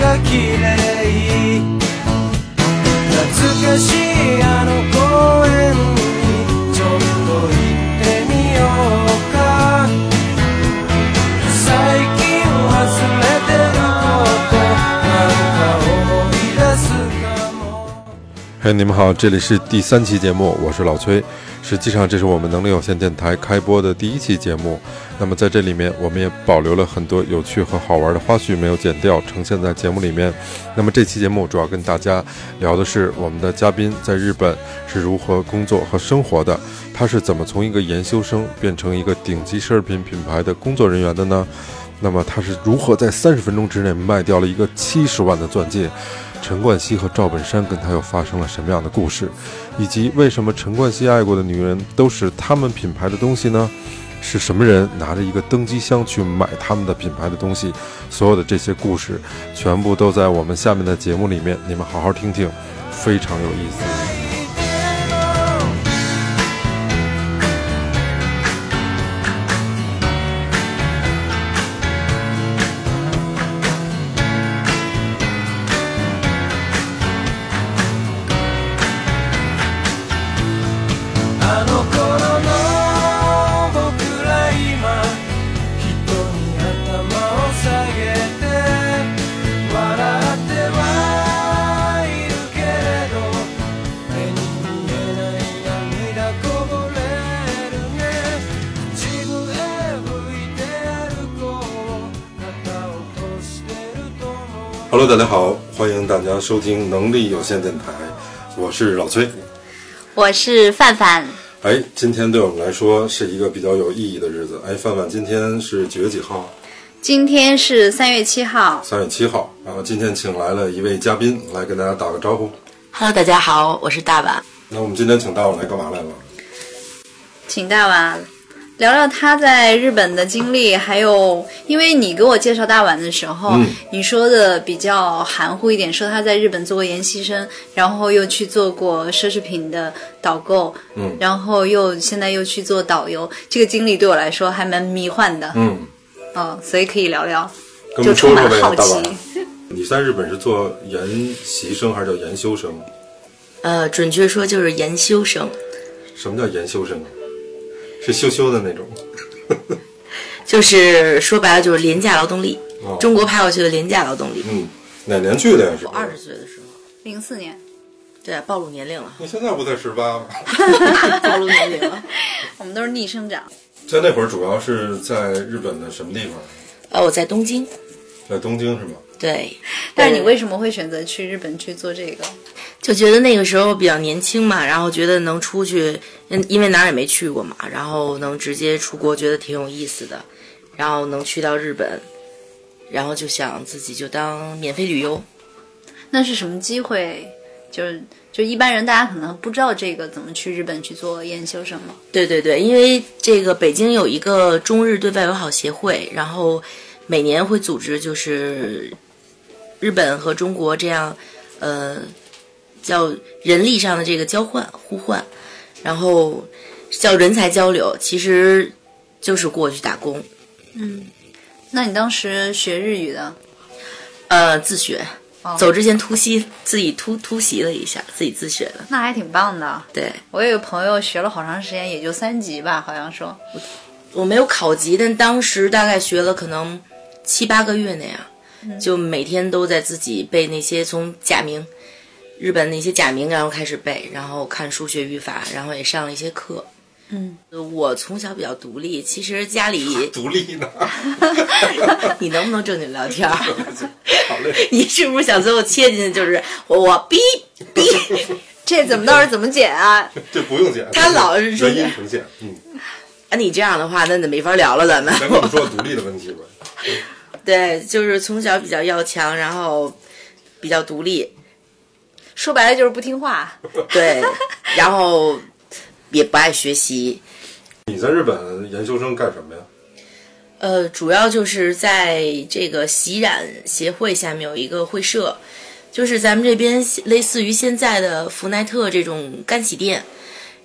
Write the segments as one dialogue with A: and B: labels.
A: が綺麗懐かしいあの公園にちょっと行ってみようか最近忘れてることなんか思い出すかも
B: 嘿、你们好，这里是第三期节目，我是老崔。实际上，这是我们能力有限电台开播的第一期节目。那么在这里面，我们也保留了很多有趣和好玩的花絮没有剪掉，呈现在节目里面。那么这期节目主要跟大家聊的是我们的嘉宾在日本是如何工作和生活的，他是怎么从一个研修生变成一个顶级奢侈品品牌的工作人员的呢？那么他是如何在三十分钟之内卖掉了一个七十万的钻戒？陈冠希和赵本山跟他又发生了什么样的故事，以及为什么陈冠希爱过的女人都是他们品牌的东西呢？是什么人拿着一个登机箱去买他们的品牌的东西？所有的这些故事，全部都在我们下面的节目里面，你们好好听听，非常有意思。
A: あの頃の僕ら今人に頭を下げて笑ってはいるけれど目に見えない涙こぼれるね自分へ向いて歩こう肩を落としてると思う
B: Hello，大家好，欢迎大家收听能力有限电台，我是老崔。
C: 我是范范，
B: 哎，今天对我们来说是一个比较有意义的日子。哎，范范，今天是几月几号？
C: 今天是三月七号。
B: 三月七号，然后今天请来了一位嘉宾来跟大家打个招呼。
D: Hello，大家好，我是大碗。
B: 那我们今天请大碗来干嘛来了？
C: 请大碗聊聊他在日本的经历，还有因为你给我介绍大碗的时候，
B: 嗯
C: 你说的比较含糊一点，说他在日本做过研习生，然后又去做过奢侈品的导购，
B: 嗯
C: 然后又现在又去做导游，这个经历对我来说还蛮迷幻的，
B: 嗯，
C: 嗯，所以可以聊聊，
B: 跟我
C: 就
B: 们
C: 充
B: 说说
C: 满
B: 呗，
C: 好
B: 大
C: 奇。
B: 碗。你在日本是做研习生还是叫研修生？
D: 呃，准确说就是研修生，
B: 什么叫研修生啊？是羞羞的那种。
D: 就是说白了就是廉价劳动力，
B: 哦
D: 中国派过去的廉价劳动力。
B: 嗯，哪年去的呀？是，
D: 我二十岁的时候，
C: 零四年，
D: 对，哦 暴露 年龄了
B: 你现在不才十八吗？
D: 暴露年龄了。
C: 我们都是逆生长，
B: 在那会儿主要是在日本的什么地方？
D: 呃，我在东京，
B: 在东京是吗？
D: 对，
C: 但是你
D: 呃
C: 为什么会选择去日本去做这个？
D: 就觉得那个时候比较年轻嘛，然后觉得能出去，嗯，因为哪儿也没去过嘛，然后能直接出国，觉得挺有意思的，然后能去到日本，然后就想自己就当免费旅游。
C: 那是什么机会？就是就一般人大家可能不知道这个怎么去日本去做研修生嘛。
D: 对对对，因为这个北京有一个中日对外友好协会，然后每年会组织就是日本和中国这样，呃，叫人力上的这个交换互换，然后叫人才交流，其实就是过去打工，嗯
C: 那你当时学日语的，
D: 呃，自学。
C: 哦
D: 走之前突袭自己突突袭了一下，自己自学的。
C: 那还挺棒的。
D: 对
C: 我有个朋友学了好长时间，也就三级吧，好像说。
D: 我没有考级，但当时大概学了可能七八个月那样。就每天都在自己背那些从假名，日本那些假名，然后开始背，然后看数学、语法，然后也上了一些课。
C: 嗯，
D: 我从小比较独立，其实 家里
B: 独立呢？
D: 你能不能正经聊天儿？
B: 好嘞。
D: 你是不是想最后切进去就是我我逼逼？
C: 这怎么到底怎么剪啊？
B: 这不用剪，
D: 他老是说
B: 原因呈现。嗯，
D: 啊，你这样的话，那就没法聊了，咱们。
B: 咱跟你说独立的问题吧。
D: 对，就是从小比较要强，然后比较独立，
C: 说白了就是不听话。
D: 对，然后也不爱学习，
B: 你在日本研修生干什么呀？
D: 呃，主要就是在这个洗染协会下面有一个会社，就是咱们这边类似于现在的福奈特这种干洗店，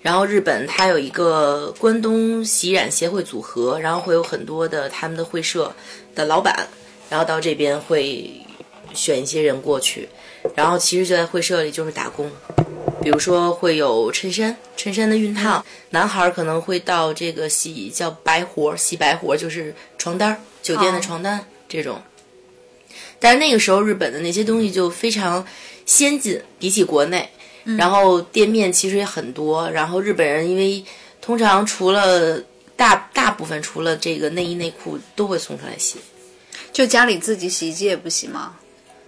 D: 然后日本它有一个关东洗染协会组合，然后会有很多的他们的会社的老板，然后到这边会选一些人过去，然后其实就在会社里就是打工，比如说会有衬衫，衬衫的熨烫，男孩儿可能会到这个洗叫白活，洗白活就是床单儿，酒店的
C: 哦
D: 床单、这种。但是那个时候日本的那些东西就非常先进，比起国内，
C: 嗯
D: 然后店面其实也很多，然后日本人因为通常除了大大部分除了这个内衣内裤都会送出来洗，
C: 就家里自己洗衣机也不洗吗？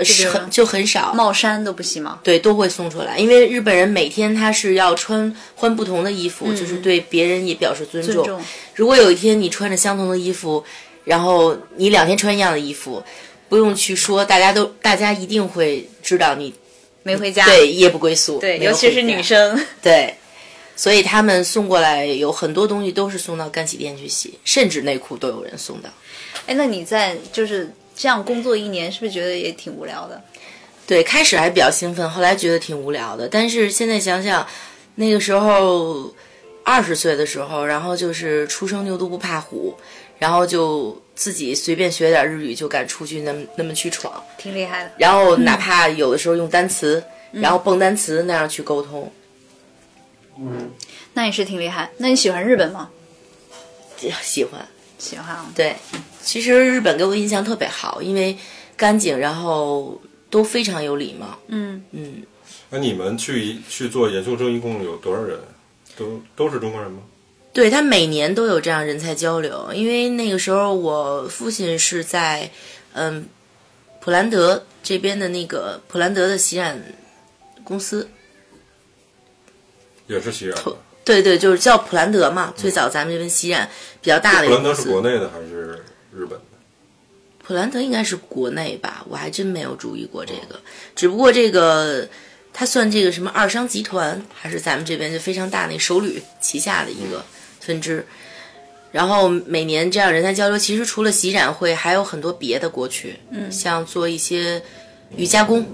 D: 是
C: 个
D: 很就很少，
C: 帽衫都不洗吗？
D: 对，都会送出来，因为日本人每天他是要穿换不同的衣服，就是对别人也表示尊
C: 嗯
D: 重。
C: 尊重
D: 如果有一天你穿着相同的衣服，然后你两天穿一样的衣服，不用去说，大家都大家一定会知道你
C: 没回家。
D: 对夜不归宿，
C: 对，
D: 没有
C: 尤其是
D: 回家
C: 女，生。
D: 对。所以他们送过来有很多东西都是送到干洗店去洗，甚至内裤都有人送到。
C: 哎，那你在就是这样工作一年，是不是觉得也挺无聊的？
D: 对，开始还比较兴奋，后来觉得挺无聊的。但是现在想想，那个时候二十岁的时候，然后就是初生牛犊不怕虎，然后就自己随便学点日语就敢出去那么那么去闯，
C: 挺厉害的。
D: 然后哪怕有的时候用单词，然后蹦单词那样去沟通，
C: 那你是挺厉害。那你喜欢日本吗？
D: 喜欢。
C: 喜欢啊。
D: 对，其实日本给我印象特别好，因为干净，然后都非常有礼貌。
C: 嗯，
D: 嗯，
B: 那你们去去做研修生一共有多少人？都都是中国人吗？
D: 对他每年都有这样人才交流，因为那个时候我父亲是在嗯普兰德这边的那个普兰德的洗染公司，
B: 也是西安的。
D: 对对，就是叫普兰德嘛。最早咱们这边洗染比较大的一
B: 布
D: 个
B: 兰德
D: 公司，
B: 是国内的还是日本的？
D: 普兰德应该是国内吧，我还真没有注意过这个。只不过这个它算这个什么二商集团，还是咱们这边就非常大那首旅旗下的一个分支。然后每年这样人才交流，其实除了洗染会，还有很多别的国区，嗯，像做一些瑜伽工，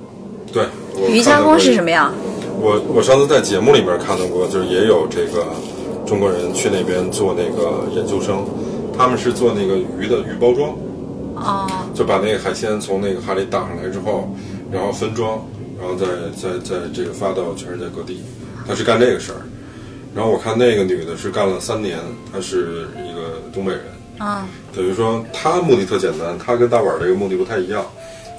B: 对，我
C: 瑜伽
B: 看到过
C: 工是什么样？
B: 我我上次在节目里面看到过，就是也有这个中国人去那边做那个研究生，他们是做那个鱼的鱼包装，
C: 哦，
B: 就把那个海鲜从那个海里打上来之后，然后分装，然后再再再这个发到全世界各地，他是干这个事儿。然后我看那个女的是干了三年，她是一个东北人，
C: 嗯，
B: 等于说他目的特简单，他跟大碗儿这个目的不太一样。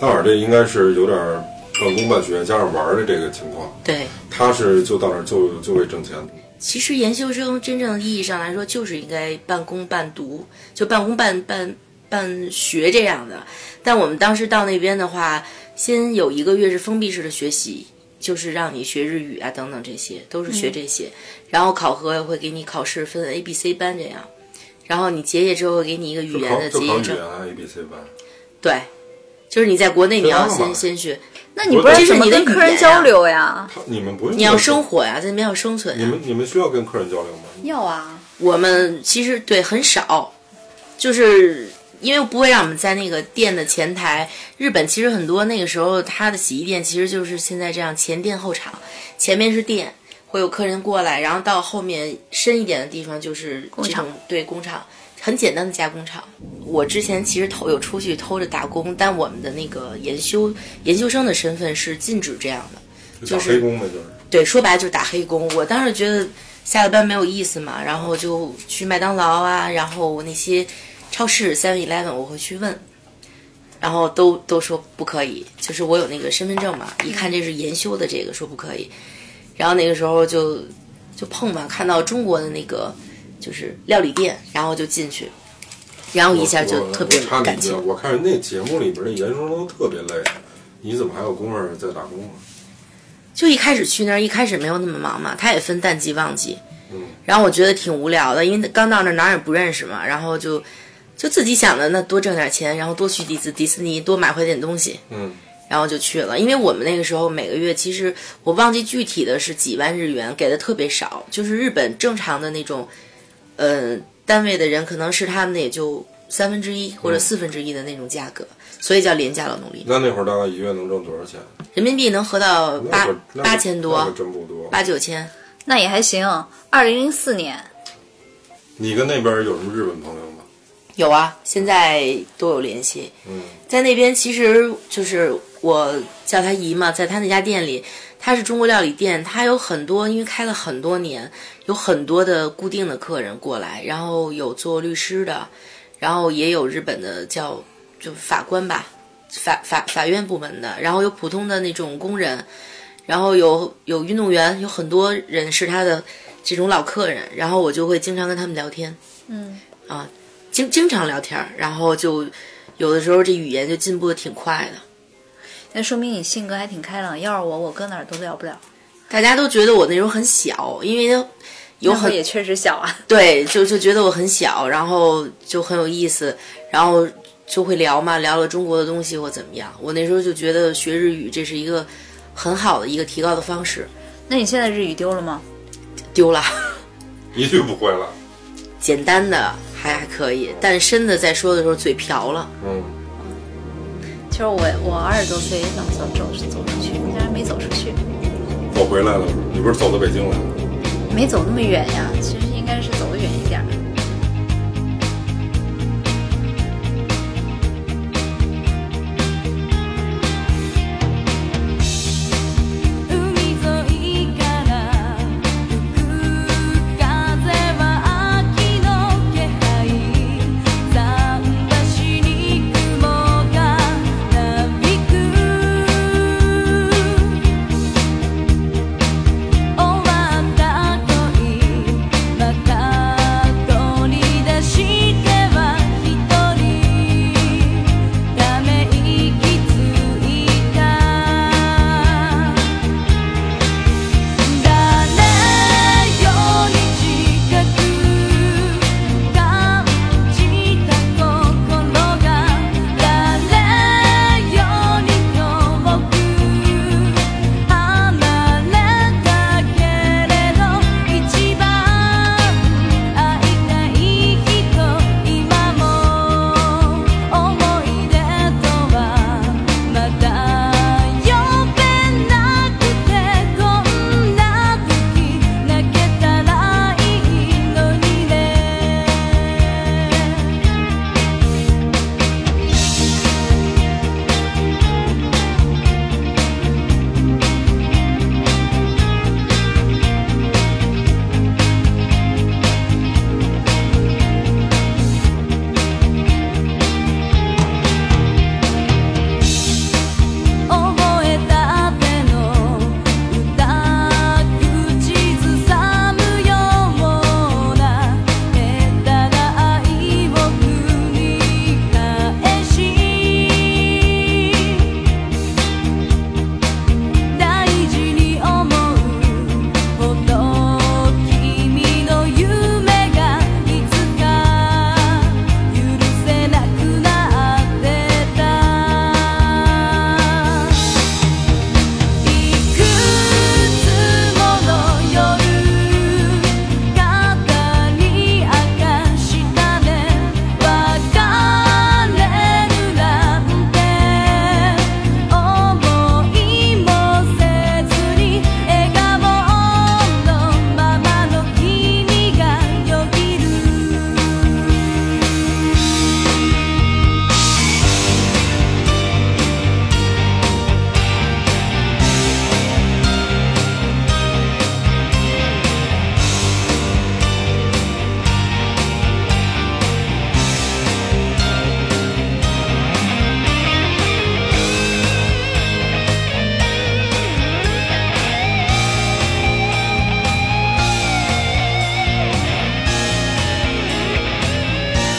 B: 大碗儿这应该是有点儿半工半学加上玩儿的这个情况，
D: 对。
B: 他是就到那儿就就为挣钱。
D: 其实研究生真正意义上来说，就是应该半工半读，就半工半半半学这样的。但我们当时到那边的话，先有一个月是封闭式的学习，就是让你学日语啊等等这些，都是
B: 嗯
D: 学这些。然后考核也会给你考试分 A、B、C 班这样，然后你结业之后会给你一个语
B: 就
D: 言
B: 考
D: 的
B: 就
D: 结
B: 考
D: 业
B: 语
D: 证
B: 言，啊 A B C 班，
D: 对。就是你在国内，你要
B: 这样
D: 先
B: 吧
D: 先学，
C: 那你不知道
B: 这
D: 是
C: 怎么
D: 你的
C: 跟客
D: 语
C: 人
D: 言
C: 交
D: 呀
C: 流呀？
B: 他你们不用
D: 你要生活呀、在那边要生存、
B: 你
D: 呀。
B: 们你们需要跟客人交流吗？
C: 要啊，
D: 我们其实对很少，就是因为不会让我们在那个店的前台。日本其实很多那个时候，它的洗衣店其实就是现在这样，前店后厂，前面是店，会有客人过来，然后到后面深一点的地方就是这种
C: 工厂，
D: 对工厂。很简单的加工厂，我之前其实偷有出去偷着打工，但我们的那个研修研究生的身份是禁止这样的，
B: 就打
D: 是
B: 黑工呗，就是。
D: 对，说白了就是打黑工。我当时觉得下了班没有意思嘛，然后就去麦当劳啊，然后那些超市 Seven Eleven 我会去问，然后都都说不可以，就是我有那个身份证嘛，一看这是研修的这个说不可以，然后那个时候就就碰嘛，看到中国的那个就是料理店，然后就进去，然哦后一下就
B: 我
D: 特别
B: 我
D: 有
B: 插你
D: 感
B: 一句
D: 情
B: 啊，。我看那节目里边的研究生都特别累，你怎么还有功夫在打工啊？
D: 就一开始去那儿，一开始没有那么忙嘛，他也分淡季旺季。
B: 嗯
D: 然后我觉得挺无聊的，因为刚到那儿哪儿也不认识嘛，然后就就自己想着那多挣点钱，然后多去几次迪士尼，多买回点东西，
B: 嗯，
D: 然后就去了。因为我们那个时候每个月其实我忘记具体的是几万日元，给的特别少，就是日本正常的那种，呃，单位的人可能是他们的也就三分之一或
B: 嗯
D: 者四分之一的那种价格，所以叫廉价劳动力。
B: 那那会儿大概一月能挣多少钱？
D: 人民币能合到
B: 那
D: 八
B: 会儿那会儿
D: 呃八千
B: 那会
D: 多
B: 儿，真不多。
D: 八九千。
C: 那也还行。二零零四年，
B: 你跟那边有什么日本朋友吗？
D: 有啊，现在都有联系。
B: 嗯，
D: 在那边其实就是我叫她姨嘛，在她那家店里，她是中国料理店，她有很多，因为开了很多年，有很多的固定的客人过来，然后有做律师的，然后也有日本的叫就法官吧，法法法院部门的，然后有普通的那种工人，然后有有运动员，有很多人是她的这种老客人，然后我就会经常跟他们聊天。
C: 嗯，
D: 经经常聊天儿，然后就有的时候这语言就进步的挺快的。
C: 那说明你性格还挺开朗。要是我，我搁哪儿都聊不了。
D: 大家都觉得我那时候很小，因为有
C: 那会儿
D: 很
C: 也确实小 啊。
D: 对，就就觉得我很小，然后就很有意思，然后就会聊嘛，聊了中国的东西或怎么样。我那时候就觉得学日语这是一个很好的一个提高的方式。
C: 那你现在日语丢了吗？
D: 丢了，
B: 一句不会了。
D: 简单的还还可以，但深的在说的时候嘴瓢了。
B: 嗯，
C: 其实我我二十多岁也想走走走出去，但是没走出去，
B: 走回来了，你不是走到北京来了？
C: 没走那么远呀。其实应该是走得远一点儿。
E: 海沿いから吹く風は秋の気配桟橋に雲がなびく終わった恋また取り出しては一人ため息ついた誰より近く感じた心が誰より遠く離れたけれど一番会いたい人今も思い出とはまた呼べなくてこんな時泣けたらいいのにね覚えたての歌口ずさむような下手な愛を繰り返し大事に思うほど君の夢がいつか許せなくなってたいくつもの夜肩に明かしたね別れるなんて思いもせずに笑顔のままの君がよぎる「誰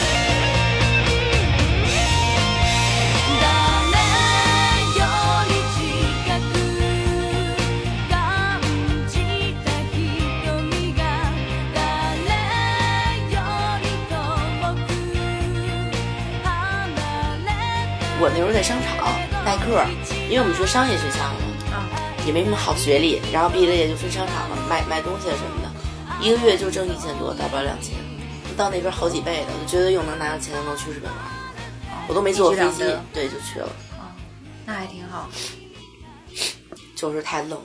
E: より近く感じた瞳が誰より遠く離れ
D: 我那时候在商场代课，因为我们学商业学校嘛，
C: 啊，
D: 也没什么好学历，然后毕业了也就分商场了，买买东西啊什么的，一个月就挣一千多，到不了两千，到那边好几倍的，我就觉得又能拿到钱，又能去日本玩，我都没坐过飞
C: 一举
D: 机
C: 两得，
D: 对，就去了，
C: 那还挺好。
D: 就是太冷，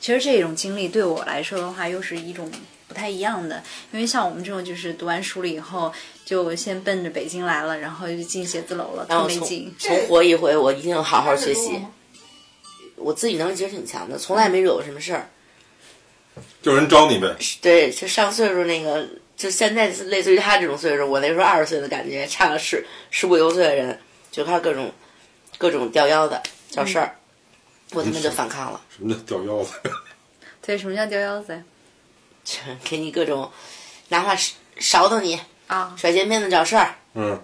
C: 其实这种经历对我来说的话，又是一种不太一样的。因为像我们这种就是读完书了以后，就先奔着北京来了，然后就进写字楼了，
D: 然
C: 特
D: 后
C: 没
D: 重
C: 劲。
D: 重活一回，我一定好好学
F: 这
D: 习
F: 样子多吗。
D: 我自己能力其实挺强的，从来没惹过什么事儿。
B: 有人招你呗，
D: 对，就上岁数那个，就现在类似于他这种岁数，我那时候二十岁的感觉，差了十十五六岁的人，就开始各种各种吊腰的找事儿，我他妈就反抗了，
B: 什么叫吊腰子？
C: 对，什么叫吊腰子呀？
D: 就 给你各种拿话勺到你，
C: 啊，
D: 甩街面子找事儿，
B: 嗯，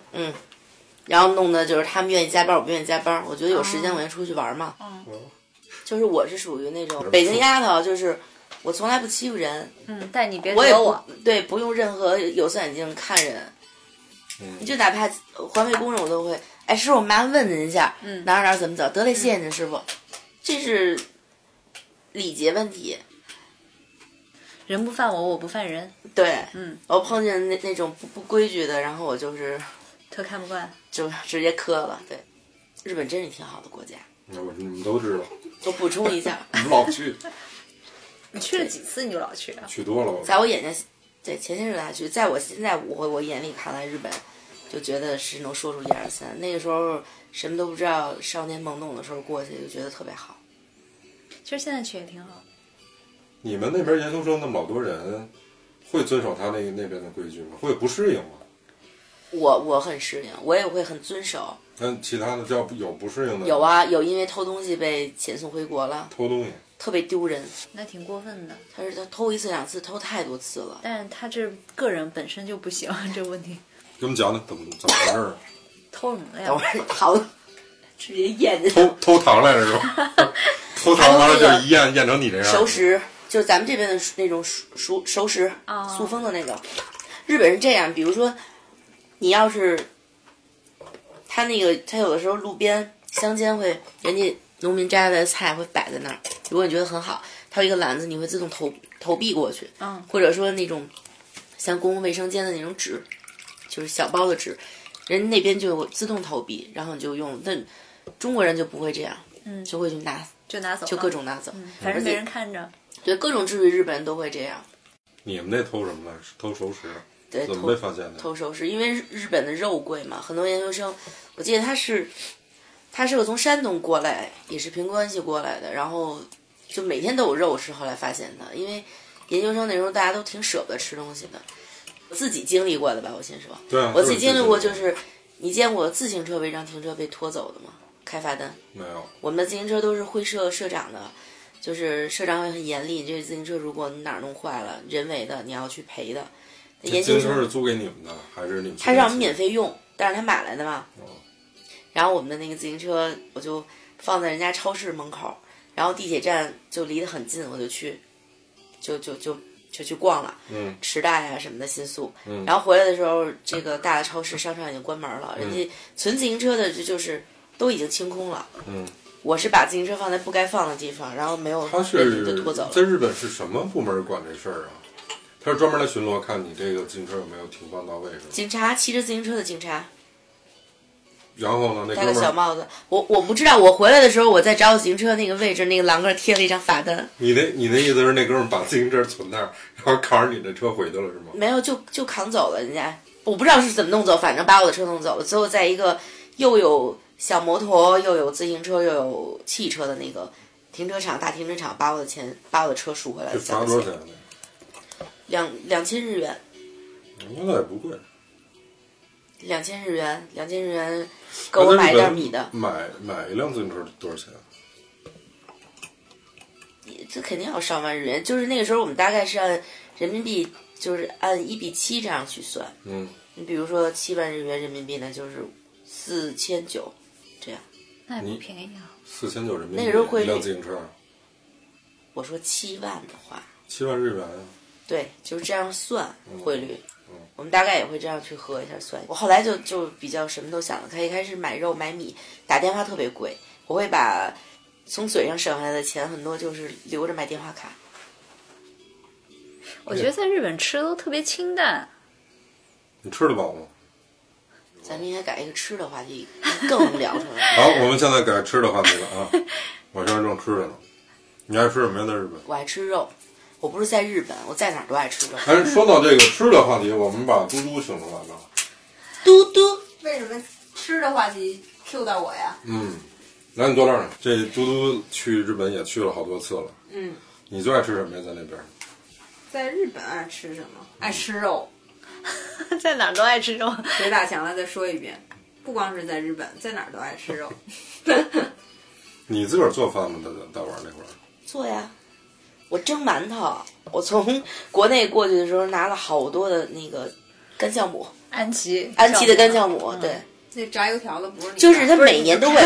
D: 然后弄得就是他们愿意加班，我不愿意加班。我觉得有时
C: 哦
D: 间我就出去玩嘛。就是我是属于那种北京丫头，啊就是我从来不欺负人，
C: 嗯，但你别惹
D: 我也
C: 我。
D: 不对不用任何有色眼镜看人，你就哪怕环卫工人我都会，哎师傅麻烦问您一下，
C: 嗯
D: 哪儿哪儿怎么走，得嘞谢谢您师傅，这是礼节问题。
C: 人不犯我，我不犯人，
D: 对，
C: 嗯，
D: 我碰见那那种不不规矩的，然后我就是
C: 特看不惯。
D: 就直接磕了。对，日本真是挺好的国家。
B: 我你们都知道，
D: 我补充一下，
B: 你们老去
C: 你去了几次你就老去啊？
B: 去多了，我
D: 在我眼睛，对前些日子还去，在我现在我我眼里看来，日本就觉得是能说出一二三。那个时候什么都不知道，少年懵懂的时候过去就觉得特别好。
C: 其实现在去也挺好。
B: 你们那边研究生那么老多人，会遵守他那那边的规矩吗？会不适应吗？
D: 我我很适应，我也会很遵守。
B: 那其他的叫有不适应的，
D: 有，啊，有因为偷东西被遣送回国了，
B: 偷东西，
D: 特别丢人。
C: 那挺过分的，
D: 他是他偷一次两次，偷太多次 了。
C: 但是他这个人本身就不行， 这问题
B: 给我们讲讲怎么怎么回事儿？
C: 偷什么呀
D: 等？会儿 逃，直接咽进去。
B: 偷偷糖来着是吧？ 偷糖完了就一验验成你这样，
D: 熟食，就是咱们这边的熟那种熟熟熟食，
C: 哦
D: 塑封的那个。日本是这样，比如说，你要是他那个，他有的时候路边乡间会，人家农民摘的菜会摆在那儿，如果你觉得很好，它有一个篮子，你会自动投投币过去，
C: 嗯
D: 或者说那种像公共卫生间的那种纸，就是小包的纸，人家那边就有自动投币，然后你就用，但中国人就不会这样，
C: 嗯
D: 就会去拿，
C: 就拿走了，
D: 就各种拿走。
C: 嗯，反正没人看着。
D: 对，各种治愈日本人都会这样，
B: 你们那偷什么来？偷熟食，
D: 对，
B: 怎么
D: 偷
B: 被发现的？
D: 偷收拾，因为日日本的肉贵嘛，很多研究生，我记得他是，他是个从山东过来，也是凭关系过来的，然后就每天都有肉吃，后来发现的，因为研究生那时候大家都挺舍不得吃东西的，自己经历过的吧，我先说，
B: 对啊
D: 我自己
B: 就是
D: 经历过，
B: 自
D: 就
B: 己
D: 是你见过自行车违章停车被拖走的吗？开罚单，
B: 没有，
D: 我们的自行车都是会社社长的，就是社长会很严厉，你这自行车如果你哪儿弄坏了，人为的你要去赔的。
B: 这
D: 研
B: 自行
D: 究
B: 车
D: 生
B: 是租给你们的还是你们？
D: 他让我们免。费用，但是他买来的嘛。
B: 哦
D: 然后我们的那个自行车，我就放在人家超市门口，然后地铁站就离得很近，我就去，就就就就去逛了，
B: 嗯，
D: 池袋啊什么的新宿。
B: 嗯
D: 然后回来的时候，这个大的超市商场已经关门了，人家存自行车的就就是都已经清空了。
B: 嗯，
D: 我是把自行车放在不该放的地方，然后没有
B: 他
D: 人
B: 是
D: 就拖走
B: 在
D: 了。
B: 日本是什么部门管这事儿啊？他是专门来巡逻，看你这个自行车有没有停放到位是吧？
D: 警察骑着自行车的警察，
B: 然后呢，那
D: 戴
B: 哥
D: 个
B: 们
D: 小
B: 儿，
D: 帽子。我我不知道，我回来的时候我在找我自行车那个位置，那个栏杆贴了一张罚单，
B: 你那你那意思是那哥们儿把自行车存那儿，然后扛着你的车回去了是吗？
D: 没有就就扛走了人家。我不知道是怎么弄走，反正把我的车弄走了。最后在一个又有小摩托又有自行车又有汽车的那个停车场大停车场，把我的钱把我的车赎回来
B: 这
D: 了，
B: 罚
D: 交
B: 多
D: 了
B: 少
D: 钱
B: 钱呢？啊
D: 两两千日元，
B: 应该也不贵，
D: 两千日元，两千日元够我买一袋米的。
B: 买买一辆自行车多少钱？啊
D: 这肯定要上万日元。就是那个时候我们大概是按人民币，就是按一比七这样去算。
B: 嗯，
D: 你比如说七万日元人民币呢，就是四千九，这样。
C: 那也
B: 你
C: 不便宜啊，
B: 四千九人民币
D: 那时候汇
B: 一
D: 率
B: 辆自行车，啊
D: 我说七万的话，
B: 七万日元啊。
D: 对，就是这样算汇率。
B: 嗯
D: 我们大概也会这样去核一下算。我后来就就比较什么都想得开，一开始买肉买米，打电话特别贵，我会把从嘴上省下来的钱很多就是留着买电话卡。
C: 我觉得在日本吃的都特别清淡。
B: 你吃得饱吗？
D: 咱们应该改一个吃的话 题，更能聊出来。
B: 好，我们现在改
D: 嗯
B: 吃的话题了啊！我现在正吃着呢。你爱吃什么呀？在日本？
D: 我爱吃肉，我不是在日本，我在哪儿都爱吃的。
B: 但是哎说到这个吃的话题，我们把嘟嘟请出来吧。
D: 嘟嘟，
F: 为什么吃的话题 Q 到我呀？
B: 嗯，来你坐这儿呢。这嘟嘟去日本也去了好多次了。
F: 嗯，
B: 你最爱吃什么呀？在那边？
F: 在日本爱吃什么？爱吃肉。
C: 在哪儿都爱吃肉。
F: 别打墙了，再说一遍，不光是在日本，在哪儿都爱吃肉。
B: 你自个儿做饭吗？大大碗那会儿，
D: 做呀！我蒸馒头，我从国内过去的时候拿了好多的那个干酵母，
C: 安琪，
D: 安琪的干酵母，
C: 嗯
D: 对，
F: 那炸油条的不是你，
D: 就是他每年都会，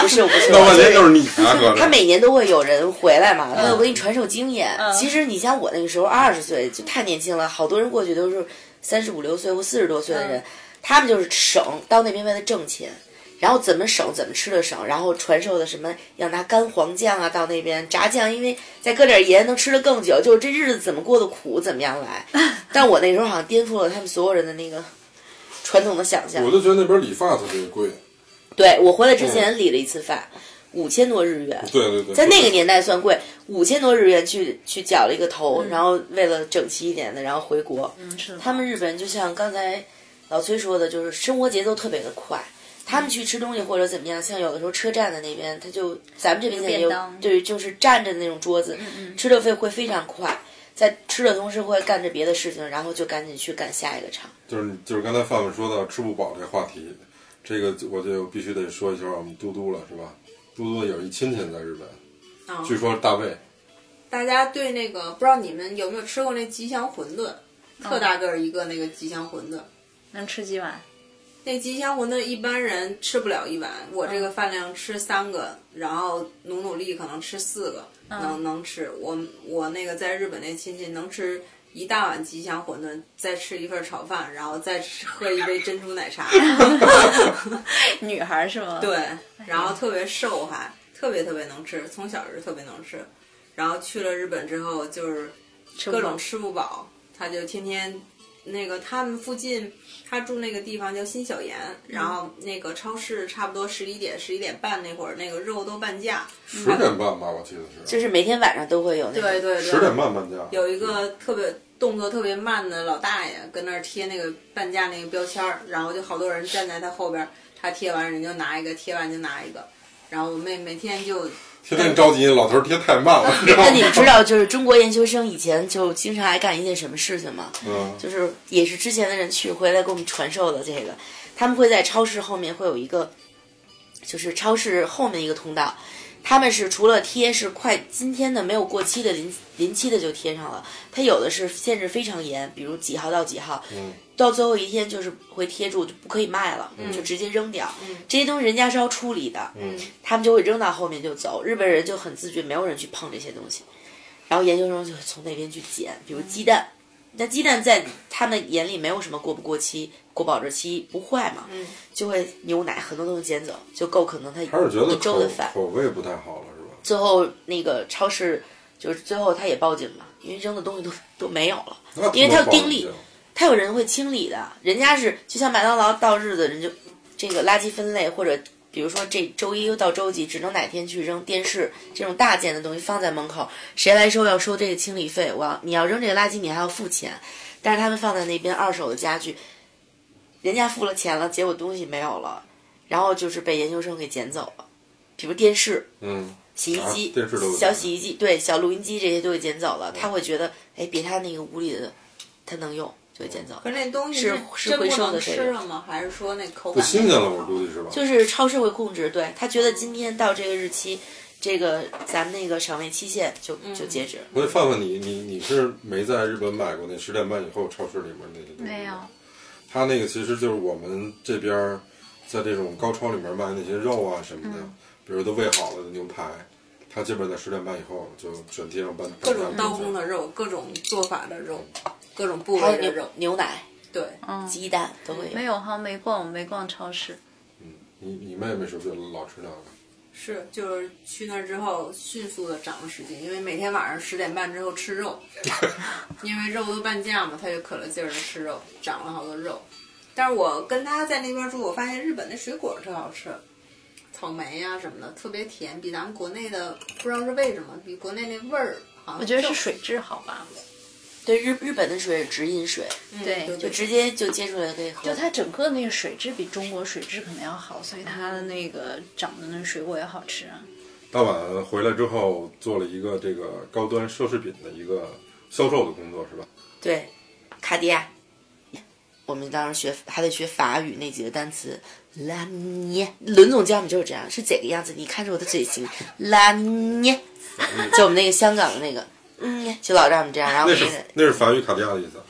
D: 不是我不是，
B: 那半天
D: 我
B: 就是你啊，哥。
D: 他每年都会有人回来嘛，他会给你传授经验。
C: 嗯
D: 其实你像我那个时候二十岁就太年轻了，好多人过去都是三十五六岁或四十多岁的人，他们就是省到那边为了挣钱，然后怎么省怎么吃的省，然后传授的什么要拿干黄酱啊到那边炸酱，因为再搁点盐能吃的更久，就是这日子怎么过得苦怎么样来。但我那时候好像颠覆了他们所有人的那个传统的想象
B: 我。就觉得那边理发特别贵。
D: 对我回来之前理了一次发，五千多日元。
B: 对对对，
D: 在那个年代算贵，五千多日元去去绞了一个头，然后为了整齐一点的，然后回国。
C: 嗯是的
D: 他们日本就像刚才老崔说的，就是生活节奏特别的快。他们去吃东西或者怎么样，像有的时候车站的那边，他就咱们这边
C: 有
D: 也
C: 便
D: 有
C: 当嗯
D: 对，就是站着的那种桌子，吃的会会非常快，在吃的同时会干着别的事情，然后就赶紧去赶下一个场。
B: 就是就是刚才范范说到吃不饱这话题，这个我就必须得说一下我们嘟嘟了，是吧？嘟嘟有一亲戚在日本，
D: 哦
F: 啊、
B: 据说大
D: 嗯
B: 卫，
F: 大家对那个不知道你们有没有吃过那吉祥馄饨，特大个儿一个那个吉祥馄饨。
C: 能吃几碗？
F: 那吉祥馄饨一般人吃不了一碗，我这个
D: 嗯
F: 饭量吃三个，然后努努力可能吃四个，
D: 嗯
F: 能能吃。我我那个在日本那亲戚能吃一大碗吉祥馄饨，再吃一份炒饭，然后再吃喝一杯珍珠奶茶。
C: 女孩儿是吗？，
F: 对，然后特别瘦还，特别特别能吃，从小就特别能吃。然后去了日本之后，就是
C: 吃不
F: 各
C: 饱
F: 种吃不饱，他就天天那个他们附近，他住那个地方叫新小岩，然后那个超市差不多十一点十一点半那会儿，那个肉都半价。
B: 十点半吧，我记得是，
D: 就是每天晚上都会有那个
F: 对对
B: 十点
F: 对，
B: 半半价。
F: 有一个特别动作特别慢的老大爷跟那儿贴那个半价那个标签儿，然后就好多人站在他后边儿，他贴完人就拿一个，贴完就拿一个。然后我妹每天就
B: 天天着急，老头儿贴太慢了，你知道
D: 那
B: 吗？
D: 你们知道，就是中国研究生以前就经常爱干一件什么事情吗？
B: 嗯，
D: 就是也是之前的人去回来给我们传授的这个，他们会在超市后面会有一个，就是超市后面一个通道，他们是除了贴是快今天的没有过期的临临期的就贴上了，它有的是限制非常严，比如几号到几号，
B: 嗯
D: 到最后一天就是会贴住就不可以卖了，就直接扔掉，这些东西人家是要处理的，
B: 嗯
D: 他们就会扔到后面就走。日本人就很自觉，没有人去碰这些东西。然后研究生就从那边去捡，比如鸡蛋，那鸡蛋在他们眼里没有什么过不过期、过保质期，不坏嘛，就会牛奶很多东西捡走，就够可能他
B: 嗯还是觉得
D: 一周
B: 口
D: 的饭。
B: 口味不太好了，是吧？
D: 最后那个超市就是最后他也报警嘛，因为扔的东西都都没有了。
B: 那
D: 因为
B: 他
D: 它有定力
B: 啊
D: 他有人会清理的，人家是就像麦当劳到日子，人就这个垃圾分类，或者比如说这周一到周几只能哪天去扔电视这种大件的东西放在门口，谁来收要收这个清理费，我要你要扔这个垃圾你还要付钱，但是他们放在那边二手的家具，人家付了钱了，结果东西没有了，然后就是被研究生给捡走了，比如电视，
B: 嗯，
D: 洗衣机、
B: 啊电视都有
D: 小洗衣机，对，小录音机这些都给捡走了。
B: 嗯
D: 他会觉得，哎，别他那个屋里的，他能用，就给捡走了。
F: 可是那东西
D: 是是
F: 真
D: 回
F: 不
D: 收的这
F: 能吃
D: 个
F: 了吗？还是说那口
B: 不
F: 感
B: 新鲜了，我估计是吧？
D: 就是超市会控制，对他觉得今天到这个日期，这个咱们那个赏味期限就就截止。
B: 所以范范，你你你是没在日本买过那十点半以后超市里面那些东西吗？
C: 没有。
B: 它那个其实就是我们这边儿在这种高超里面卖那些肉啊什么的，
D: 嗯
B: 比如都喂好了的牛排，它基本在十点半以后就全贴上半
F: 各种刀工的肉，各种做法的肉，各种部
D: 还
F: 位
D: 有
F: 的
D: 牛
F: 肉，
D: 牛奶、
F: 对，
C: 嗯，
D: 鸡蛋都会
C: 没
D: 有。
C: 有，好像没逛，我没逛超市。
B: 嗯你你妹妹是不是就老吃那个？
F: 是就是去那儿之后迅速的长了十斤，因为每天晚上十点半之后吃 肉，因为肉都半价嘛，他就可了劲儿的吃肉，长了好多肉。但是我跟他在那边住，我发现日本那水果特好吃，草莓呀、什么的，特别甜，比咱们国内的不知道是为什么，比国内那味儿好像
C: 我觉得
F: 就是
C: 水质好吧，
D: 对日日本的水是直饮水，
C: 对
F: 嗯对
D: 嗯就直接就接出来可以喝。
C: 就它整个那个水质比中国水质可能要好，所以它的那个长的那水果也好吃啊。
B: 大碗回来之后做了一个这个高端奢侈品的一个销售的工作是吧？
D: 对，卡地亚。我们当时学还得学法语那几个单词，拉涅，伦总教我们就是这样，是这个样子。你看着我的嘴型，拉涅，就我们那个香港的那个，嗯，就老让我们这样。然后我
B: 那
D: 们
B: 是
D: 也得
B: 那是法语卡地亚的意思啊。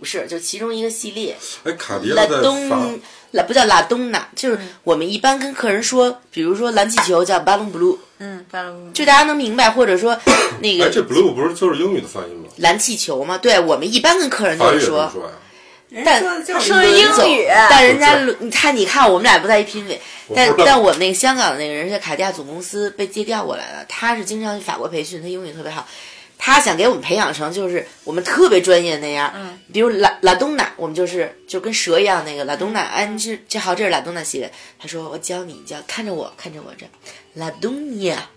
D: 不是，就其中一个系列，
B: 哎，卡地亚
D: 拉
B: 在法
D: 东，拉不叫拉东纳，就是我们一般跟客人说，比如说蓝气球叫巴隆布鲁，
C: 嗯，巴隆
D: 就大家能明白，或者说那
B: 哎，这
D: 个
B: blue 不是就是英语的翻译吗？
D: 蓝气球嘛，对我们一般跟客人
B: 法
D: 都
B: 语
D: 是
B: 也这么
D: 说。
B: 说呀？
F: 但说的就是
C: 说英语
D: 但人家你看，你看，我们俩不在一品位，
B: 我
D: 但
B: 不知道
D: 但我们那个香港的那个人是在卡地亚总公司被借调过来的，他是经常去法国培训，他英语特别好，他想给我们培养成就是我们特别专业的那样，
C: 嗯，
D: 比如拉拉东娜，我们就是就跟蛇一样那个拉东娜，哎，你这这好，这是拉东娜系列，他说我教你，你教看着我，看着我这拉东尼亚，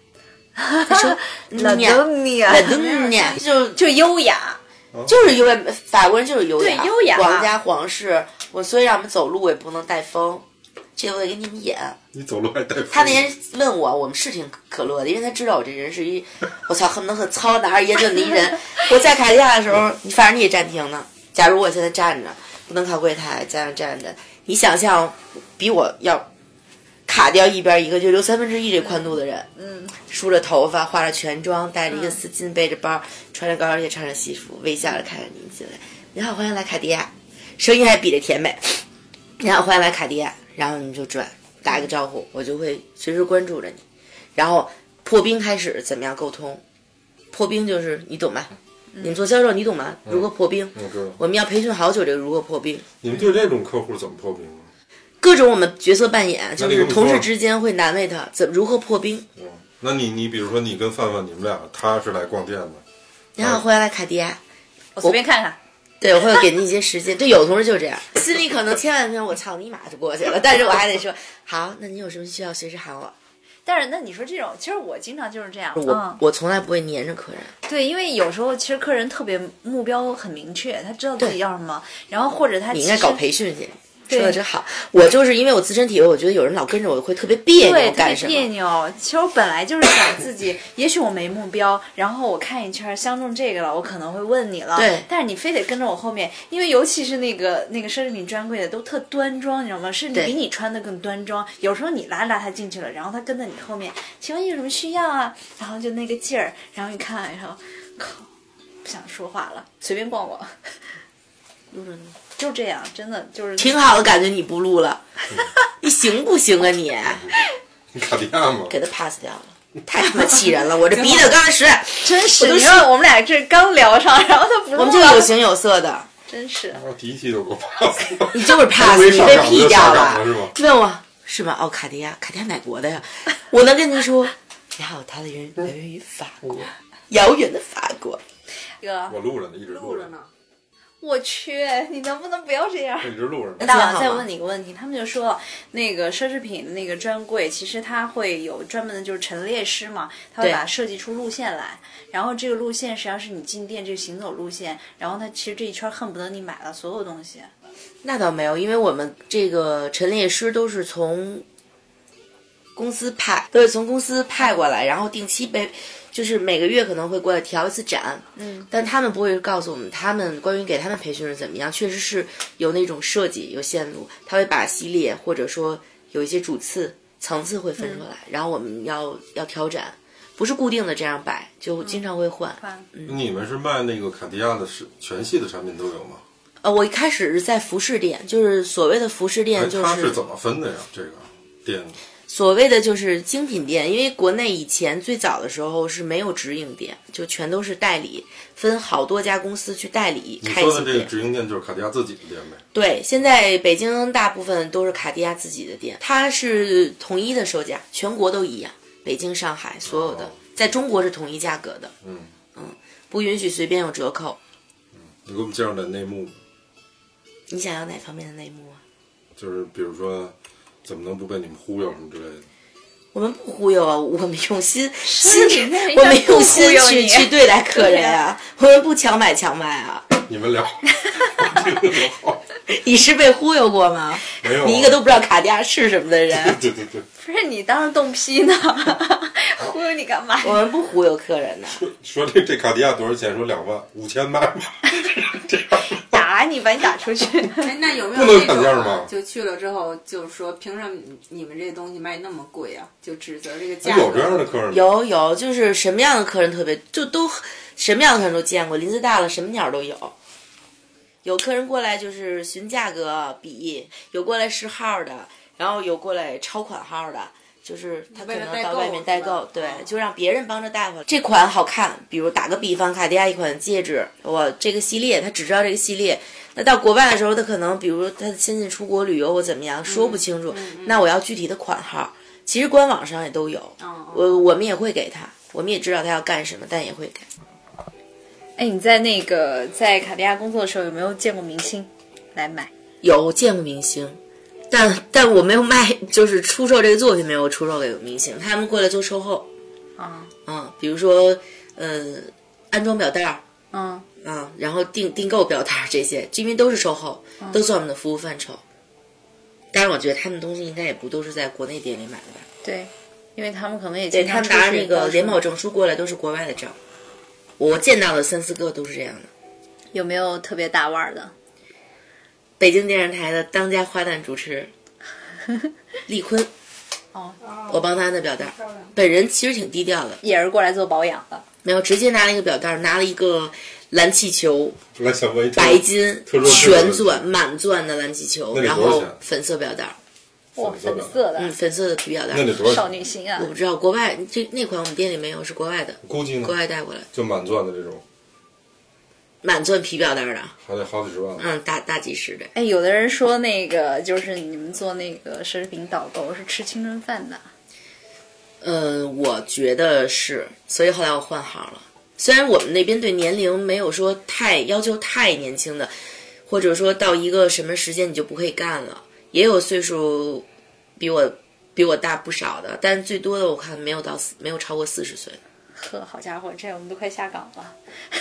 D: 他说拉
C: 尼
D: 拉东尼亚就
C: 啊就优雅，
D: 就是优雅，法国人就是优雅，
C: 对优雅
D: 皇家皇室。我所以让我们走路也不能带风，这我得给你们演。
B: 你走路还带
D: 他那天问我，我们是挺可乐的，因为他知道我这人是一，我操，恨不得和操男孩一顿的一人。我在卡地亚的时候，你反正你也站停呢。假如我现在站着，不能靠柜台，站着站着，你想象比我要卡掉一边一个，就留三分之一这宽度的人，
C: 嗯，
D: 梳着头发，化着全妆，戴着一个丝巾，背着包，穿着高跟鞋，穿着西服，微笑着看着你进来。你好，欢迎来卡地亚，声音还比这甜美。你好，欢迎来卡地亚，然后你就转打一个招呼，我就会随时关注着你。然后破冰开始怎么样沟通？破冰就是你懂吗？你们做销售你懂吗？如何破冰？
B: 嗯我知道，
D: 我们要培训好久这个如何破冰，
B: 你们对这种客户怎么破冰啊？
D: 各种我们角色扮演，就
B: 那你
D: 是
B: 跟我说
D: 同事之间会难为他怎如何破冰。
B: 嗯，那你你比如说你跟范范你们俩，他是来逛店的，
D: 你好，欢迎来卡地亚。
C: 我随便看看。
D: 对，我会给您一些时间。对，有同事就这样，心里可能千万遍我操你妈就过去了，但是我还得说好，那你有什么需要随时喊我。
C: 但是那你说这种，其实我经常就是这样，
D: 我、
C: 嗯，
D: 我从来不会粘着客人，
C: 对，因为有时候其实客人特别目标很明确，他知道自己
D: 对
C: 要什么，然后或者他
D: 你
C: 其
D: 应
C: 实
D: 该搞培训去。
C: 对
D: 说的真好，我就是因为我自身体会，我觉得有人老跟着我会特别别
C: 对，
D: 扭，
C: 特别
D: 干什
C: 别
D: 么？
C: 扭。其实我本来就是想自己，也许我没目标，然后我看一圈儿相中这个了，我可能会问你了。
D: 对
C: 但是你非得跟着我后面，因为尤其是那个那个奢侈品专柜的都特端庄，你知道吗？是
D: 对
C: 比你穿的更端庄。有时候你拉拉他进去了，然后他跟在你后面，请问有什么需要啊？然后就那个劲儿，然后你看，然后靠，不想说话了，随便逛逛，
D: 录着呢
C: 就这样，真的就是
D: 挺好的，感觉你不录了，
B: 嗯
D: 你行不行啊你？
B: 你卡地亚吗？
D: 给他 pass 掉了，太他妈气人了！我这鼻子刚才实在，
C: 真
D: 我
C: 是。
D: 都
C: 你看我们俩这刚聊上，然后他不
D: 我们
C: 录
D: 就
C: 了
D: 有形有色 的，
C: 真是。
B: 啊，第一期就给我 pass 了。
D: 你就是 pass，
B: 我以为
D: 你
B: 上
D: 被
B: 岗
D: P
B: 就
D: 掉
B: 上岗了是
D: 了
B: 吗。
D: 问我是吗？哦，卡地亚，卡地亚哪国的呀？我能跟您说，你好，他的人来源于法国，
B: 嗯
D: 遥远的法国。
C: 哥，
B: 我录着呢，一直
F: 录
B: 录
F: 着呢。
C: 我去，你能不能不要这样？
B: 一直录着呢。
D: 那
C: 大
D: 这样
C: 王
D: 好
C: 再
D: 吗
C: 问你一个问题，他们就说那个奢侈品的那个专柜，其实它会有专门的，就是陈列师嘛，他会
D: 对
C: 把它设计出路线来，然后这个路线实际上是你进店这个行走路线，然后他其实这一圈恨不得你买了所有东西，
D: 那倒没有，因为我们这个陈列师都是从公司派，都是从公司派过来，然后定期被，就是每个月可能会过来调一次展。
C: 嗯，
D: 但他们不会告诉我们，他们关于给他们培训是怎么样，确实是有那种设计，有线路，他会把系列或者说有一些主次层次会
C: 嗯
D: 分出来，然后我们要要调展，不是固定的这样摆，就经常会换。
C: 嗯换
B: 你们是卖那个卡地亚的是全系的产品都有吗？
D: 呃，我一开始是在服饰店，就是所谓的服饰
B: 哎，
D: 店，就
B: 他是怎么分的呀？这个店
D: 所谓的就是精品店，因为国内以前最早的时候是没有直营店，就全都是代理，分好多家公司去代理
B: 你
D: 开
B: 说
D: 新
B: 的这个
D: 店。
B: 直营店就是卡地亚自己的店呗？
D: 对，现在北京大部分都是卡地亚自己的店，它是统一的售价，全国都一样，北京、上海所有的，
B: 哦
D: 在中国是统一价格的，
B: 嗯，
D: 不允许随便有折扣。
B: 你给我们介绍点内幕，
D: 你想要哪方面的内幕啊？
B: 就是比如说怎么能不被你们忽悠什么之类的。
D: 我们不忽悠啊，我们用心
C: 是
D: 心
C: 你那人家
D: 我们用心
C: 不忽悠
D: 去
C: 你
D: 去对待客人啊，我们不强买强卖啊。
B: 你们 聊， 我听着就好。
D: 你是被忽悠过吗？
B: 没有啊
D: 你一个都不知道卡地亚是什么的人。
B: 对对对，
C: 不是你当时冻批呢， 忽悠你干嘛？
D: 我们不忽悠客人的，
B: 说这这卡地亚多少钱？说两万五千卖吧，这样 吧
C: 打你，把你打出去。
F: 哎，那有没
B: 不
F: 有
B: 能
F: 那种
B: 砍价
F: 啊
B: 吗
F: 就去了之后就说，凭什么你们这东西卖那么贵啊？就指责这个价格。
B: 有这样的客人吗？
D: 有有，就是什么样的客人特别，就都什么样的客人都见过，林子大了什么鸟都有。有客人过来就是询价格比，有过来试号的，然后有过来超款号的，就是他可
F: 为了
D: 能
F: 代
D: 到
F: 购
D: 外面代购
F: 是吧，
D: 对
F: 哦，
D: 就让别人帮着带回来。这款好看，比如打个比方，卡地亚一款戒指，我这个系列他只知道这个系列，那到国外的时候，他可能比如他先进出国旅游或怎么样，
F: 嗯
D: 说不清楚，那我要具体的款号。其实官网上也都有，
F: 哦
D: 我我们也会给他，我们也知道他要干什么，但也会给。
C: 哎，你在那个在卡地亚工作的时候，有没有见过明星来买？
D: 有见过明星，但但我没有卖，就是出售这个作品没有出售给明星，他们过来做售后。
C: 啊，
D: 嗯，比如说，呃，安装表带儿，
C: 嗯，
D: 啊，然后订订购表带儿这些，因为都是售后，
C: 嗯
D: 都算我们的服务范畴。但是我觉得他们东西应该也不都是在国内店里买的吧？
C: 对，因为他们可能也
D: 对
C: 经
D: 他
C: 常出
D: 们拿
C: 去
D: 那个
C: 到处
D: 联保证书过来都是国外的账，我见到的三四个都是这样的。
C: 有没有特别大腕儿的？
D: 北京电视台的当家花旦 主持丽坤，
C: 哦，
D: 我帮他按的表带儿，本人其实挺低调的，
C: 也是过来做保养的。
D: 没有直接拿了一个表带儿，拿了一个蓝气球，
B: 本来想问一下
D: 白金
B: 特殊
D: 旋钻满钻的蓝气球，
B: 那得
D: 然
B: 多少
D: 后
B: 钱啊
D: 粉色表带儿，
C: 哇，
B: 粉色
C: 粉
B: 的
C: 色
D: 嗯，
C: 的，
D: 粉色的皮表带
B: 那
D: 儿，
B: 得多
C: 少
B: 少钱？
C: 女心啊
D: 我！不知道国外这那款我们店里没有，是国外的，
B: 估计呢
D: 国？外带过来
B: 就满钻的这种，
D: 满钻皮表带儿的，
B: 还得好几十万。
D: 嗯，大大几十的，
C: 哎，有的人说那个就是你们做那个奢侈品导购是吃青春饭的，
D: 呃，我觉得是，所以后来我换行了。虽然我们那边对年龄没有说太要求太年轻的，或者说到一个什么时间你就不可以干了，也有岁数比我比我大不少的，但是最多的我看没有到四，没有超过四十岁。
C: 呵，好家伙，这我们都快下岗了。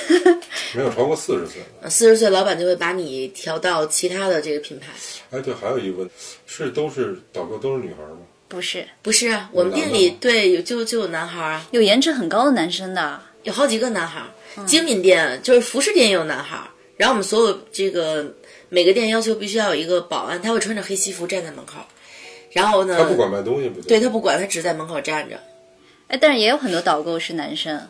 B: 没有超过四十岁的。
D: 呃四十岁老板就会把你调到其他的这个品牌。
B: 哎，对，还有一个问题，是都是导购都是女孩吗？
C: 不是，
D: 不是啊，我们店里对有就就有男孩儿啊，
C: 有颜值很高的男生的，
D: 有好几个男孩儿，精品店就是服饰店也有男孩儿，然后我们所有这个每个店要求必须要有一个保安，他会穿着黑西服站在门口，然后呢，
B: 他不管卖东西不就？
D: 嗯对他不管，他只在门口站着。
C: 哎，但是也有很多导购是男生，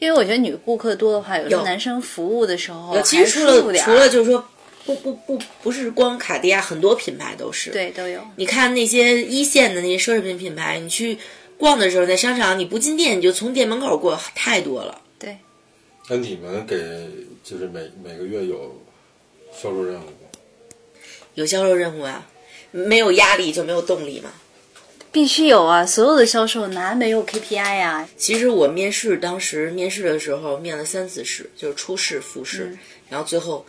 C: 因为我觉得女顾客多的话，有时候
D: 有
C: 男生服务的时候
D: 呃，其实除
C: 哦还舒服
D: 了
C: 点儿
D: 除了就是说，不不不不是光卡地亚，很多品牌都是。，
C: 对都有，
D: 你看那些一线的那些奢侈品品牌，你去逛的时候，在商场你不进店，你就从店门口过，太多了。
C: 对，
B: 那你们给就是每每个月有销售任务吗？
D: 有销售任务啊，没有压力就没有动力嘛。
C: 必须有啊！所有的销售哪没有 KPI 呀、
D: 其实我面试当时面试的时候面了三次试，就是初试、复试，
C: 嗯
D: 然后最后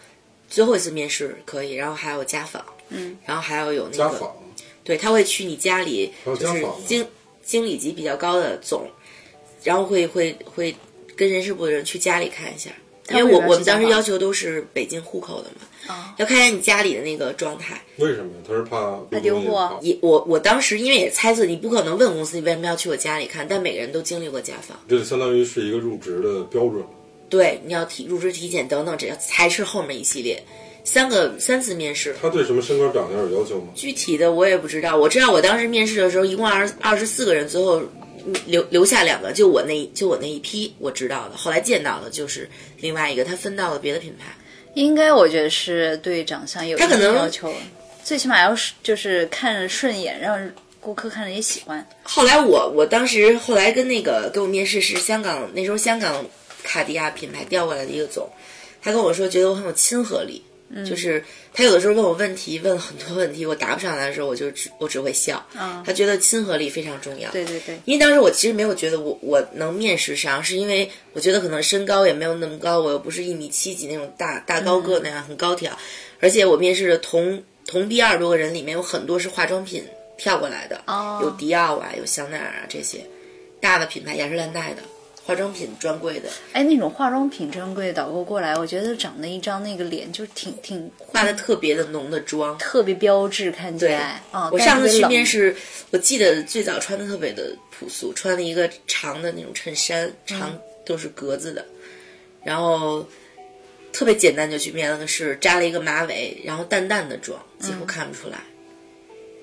D: 最后一次面试可以，然后还有家访，
C: 嗯，
D: 然后还要有那
B: 家
D: 个，
B: 访
D: 对，他会去你家里，
B: 还有
D: 就
B: 家
D: 是
B: 访呢
D: 经经理级比较高的总，然后会会会跟人事部的人去家里看一下，因为
C: 会
D: 我
C: 来
D: 我
C: 去
D: 们
C: 家
D: 当时
C: 访
D: 要求都是北京户口的嘛，
C: 啊
D: 要看一下你家里的那个状态。
B: 为什么呀？他是怕被
C: 怕丢
B: 东西
C: 货
B: 跑
D: 也我我当时因为也猜测你不可能问公司你为什么要去我家里看，但每个人都经历过家访。
B: 这就相当于是一个入职的标准。
D: 对，你要体入职体检等等，这才是后面一系列三个三次面试。
B: 他对什么身高长相有要求吗？
D: 具体的我也不知道，我知道我当时面试的时候一共二二十四个人，最后留留下两个，就我那就我那一批我知道的，后来见到的就是另外一个，他分到了别的品牌。
C: 应该我觉得是对长相有一
D: 他可
C: 定
D: 能
C: 要求，最起码要是就是看着顺眼，让顾客看着也喜欢。
D: 后来我我当时后来跟那个跟我面试是香港那时候香港卡地亚品牌调过来的一个总，他跟我说觉得我很有亲和力，就是他有的时候问我问题，问很多问题，我答不上来的时候，我就只我只会笑。
C: 啊
D: 他觉得亲和力非常重要。
C: 对对对，
D: 因为当时我其实没有觉得我我能面试上，是因为我觉得可能身高也没有那么高，我又不是一米七几那种大大高个那样、很高挑，而且我面试的同同批二十多个人里面有很多是化妆品票过来的，
C: 哦
D: 有迪奥啊，有香奈儿啊这些大的品牌，雅诗兰黛的化妆品专柜的，
C: 哎，那种化妆品专柜导购过来，我觉得长得一张那个脸就是挺挺
D: 化的特别的浓的妆。
C: 特别标致，看起
D: 对
C: 来。啊，
D: 我
C: 但
D: 上次
C: 特别
D: 去
C: 冷
D: 面试，我记得最早穿的特别的朴素，穿了一个长的那种衬衫，长
C: 嗯
D: 都是格子的，然后特别简单就去面了个试，扎了一个马尾，然后淡淡的妆，几
C: 嗯
D: 乎看不出来。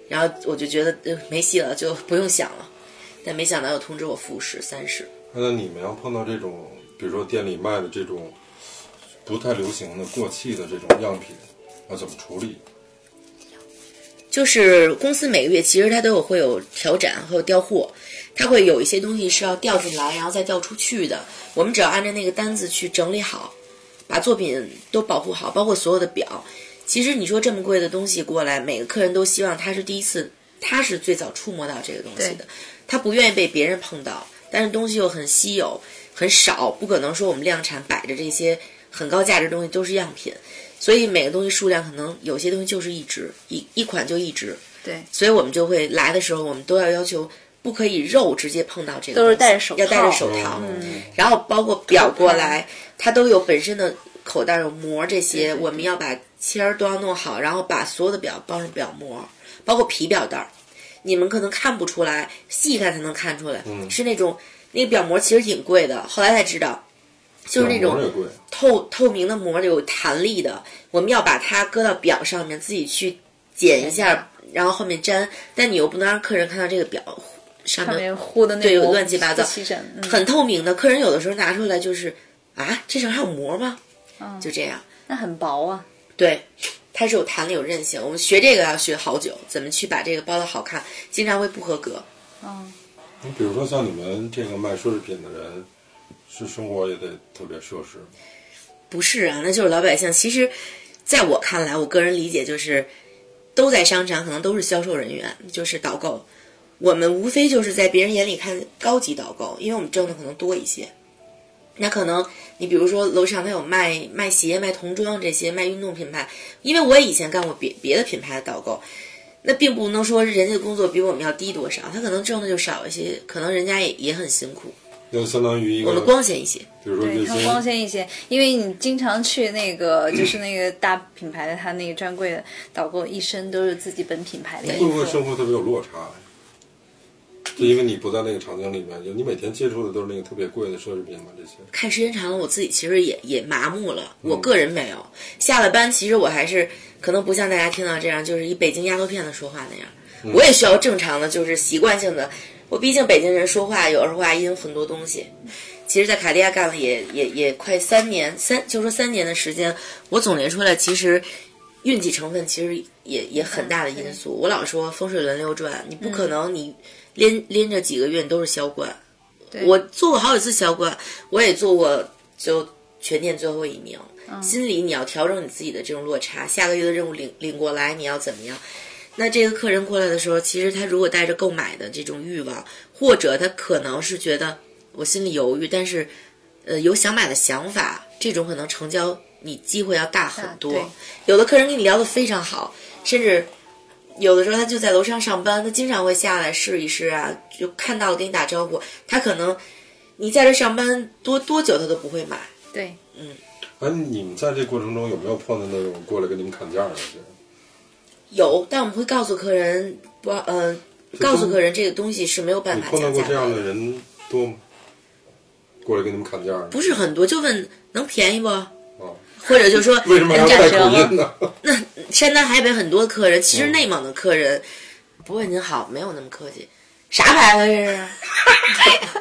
D: 然后我就觉得、呃、没戏了，就不用想了。但没想到又通知我复试、三试，
B: 那你们要碰到这种，比如说店里卖的这种不太流行的、过气的这种样品，要怎么处理？
D: 就是公司每个月其实它都有会有调展，还有调货，它会有一些东西是要调进来，然后再调出去的。我们只要按照那个单子去整理好，把作品都保护好，包括所有的表。其实你说这么贵的东西过来，每个客人都希望他是第一次，他是最早触摸到这个东西的
C: 对，
D: 他不愿意被别人碰到，但是东西又很稀有、很少，不可能说我们量产摆着这些很高价值的东西都是样品，所以每个东西数量可能有些东西就是一只一一款就一只，
C: 对，
D: 所以我们就会来的时候，我们都要要求不可以肉直接碰到这个东西，
C: 都是戴着手套
D: 要戴着手套，
B: 嗯
D: 然后包括表过来，它都有本身的口袋有膜这些，我们要把签儿都要弄好，然后把所有的表包上表膜，包括皮表带儿，你们可能看不出来，细看才能看出来，是那种那个表膜其实挺贵的，后来才知道。就是那种
B: 也贵，
D: 透透明的膜有弹力的，我们要把它搁到表上面自己去剪一下，然后后面粘，但你又不能让客人看到这个表上
C: 上
D: 面
C: 面糊的那
D: 对有
C: 种
D: 乱七八糟
C: 七疹嗯
D: 很透明的，客人有的时候拿出来就是啊，这上还有膜吗？就这样，
C: 那很薄啊。
D: 对，它是有弹力有韧性，我们学这个要学好久，怎么去把这个包的好看，经常会不合格。
B: 你比如说像你们这个卖奢侈品的人，是生活也得特别奢侈。
D: 不是啊，那就是老百姓。其实，在我看来，我个人理解就是，都在商场，可能都是销售人员，就是导购。我们无非就是在别人眼里看高级导购，因为我们挣的可能多一些。那可能你比如说楼上他有卖卖鞋、卖童装这些，卖运动品牌。因为我以前干过别别的品牌的导购，那并不能说人家的工作比我们要低多少，他可能挣的就少一些，可能人家也也很辛苦，
B: 那相当于一
D: 我
B: 个
D: 们，光鲜一些。
B: 比如说
C: 对，
B: 月
C: 它
B: 薪，
C: 光鲜一些，因为你经常去那个，就是那个大品牌的，他那个专柜的导购，一身都是自己本品牌的
B: 会
C: 衣
B: 不会
C: 服
B: 生。活特别有落差？就因为你不在那个场景里面，就你每天接触的都是那个特别贵的奢侈品嘛，这些。
D: 看时间长了，我自己其实也也麻木了。我个人没有、下了班，其实我还是可能不像大家听到这样，就是以北京丫头片子说话那样。我也需要正常的，就是习惯性的。我毕竟北京人说话有儿化音，很多东西。其实，在卡地亚干了也也也快三年，三就说三年的时间，我总结出来，其实运气成分其实也也很大的因素。我老说风水轮流转，你不可能你连连着几个月你都是销冠。
C: 对
D: 我做过好几次销冠，我也做过就全店最后一名。心里你要调整你自己的这种落差，下个月的任务领领过来，你要怎么样？那这个客人过来的时候，其实他如果带着购买的这种欲望，或者他可能是觉得我心里犹豫，但是呃有想买的想法，这种可能成交你机会要大很多
C: 对。
D: 有的客人跟你聊得非常好，甚至有的时候他就在楼上上班，他经常会下来试一试啊，就看到了跟你打招呼，他可能你在这上班多多久他都不会买。
C: 对，
B: 哎，你们在这过程中有没有碰到那种过来跟你们砍价的？
D: 有，但我们会告诉客人不要，呃，告诉客人这个东西是没有办
B: 你
D: 法
B: 碰到
D: 降
B: 过
D: 价
B: 这样的
D: 的，
B: 人多吗？过来跟你们砍价啊的？
D: 不是很多，就问能便宜不？
B: 啊，
D: 或者就说
B: 为什么还要
D: 能
B: 带
D: 价
B: 口
D: 格
B: 音嗯呢？
D: 山南海北很多客人，其实内蒙的客人不问您好，没有那么客气。啥牌子这是？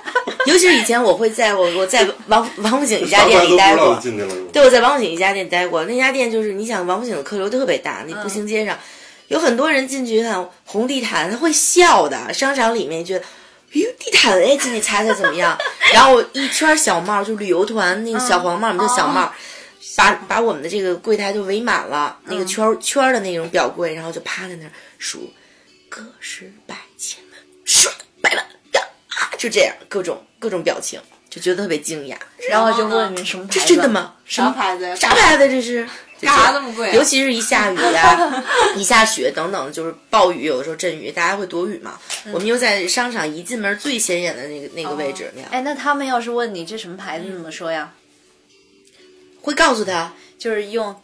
D: 尤其是以前我会在我我在王王府井一家
B: 啥
D: 店
B: 牌都
D: 里
B: 不
D: 待
B: 知道
D: 过
B: 就，进去了是吗？
D: 对，我在王府井一家店待过，那家店就是你想王府井的客流特别大，那步行街上、有很多人进去看红地毯，他会笑的。商场里面觉得，哟，地毯哎，进去踩踩怎么样？ 然后一圈小帽，就旅游团那个小黄帽，我们叫小帽。把把我们的这个柜台就围满了，那个圈儿圈儿的那种表柜，然后就趴在那儿数，个十百千万，十百万呀啊，就这样各种各种表情，就觉得特别惊讶。
C: 然后就问你什么牌
D: 哦这
C: 子，啊
D: 真的？吗？什么
F: 啥牌子呀
D: 啥牌子？这是就这样
F: 干啥那么贵啊
D: 尤其是一下雨 呀、一下雪等等，就是暴雨，有的时候阵雨，大家会躲雨嘛。
F: 嗯
D: 我们又在商场一进门最显眼的那个
F: 哦
D: 那个位置那样，
C: 哎，那他们要是问你这什么牌子，你怎么说呀？
D: 会告诉他。
C: 就是用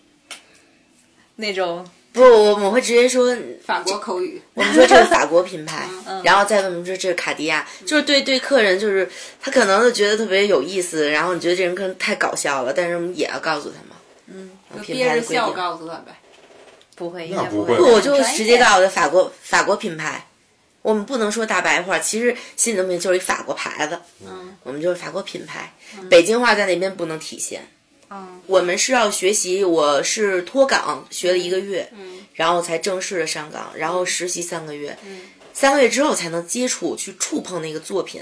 C: 那种
D: 不，我我会直接说，
F: 法国口语，
D: 我们说这是法国品牌，
F: 嗯
D: 然后再问我们说这是卡地亚，就是对对客人，就是他可能就觉得特别有意思，然后你觉得这人可能太搞笑了，但是我们也要告诉他嘛，嗯，
F: 就
D: 品
F: 憋
D: 牌
F: 着
D: 的规
F: 笑
D: 定。
F: 告诉他呗。
C: 不会，应
B: 那
C: 该
B: 不
C: 会
B: 会
D: 不，
B: 吧
D: 我就直接告诉他法国法国品牌，我们不能说大白话，其实心里头面就是一法国牌子，
F: 嗯，
D: 我们就是法国品牌，北京话在那边不能体现。
C: 嗯，
D: 我们是要学习，我是脱岗学了一个月，嗯，然后才正式的上岗，然后实习三个月，嗯，三个月之后才能接触去触碰那个作品。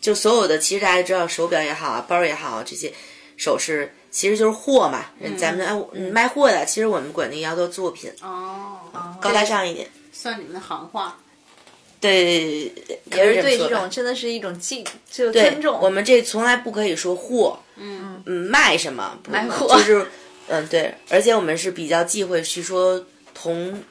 D: 就所有的，其实大家知道，手表也好啊，包也好啊，这些首饰其实就是货嘛。咱们哎，我嗯卖货的，其实我们管那个叫做作品，
F: 哦，
D: 高大上一点。
F: 算你们的行话。
D: 对，可
C: 也
D: 以
C: 是
D: 这么
C: 对
D: 说
C: 这
D: 吧
C: 种真的是一种敬，就
D: 对
C: 尊重。
D: 我们这从来不可以说货，
F: 嗯
D: 嗯，卖什么不
C: 卖货
D: 就是嗯对，而且我们是比较忌讳去说同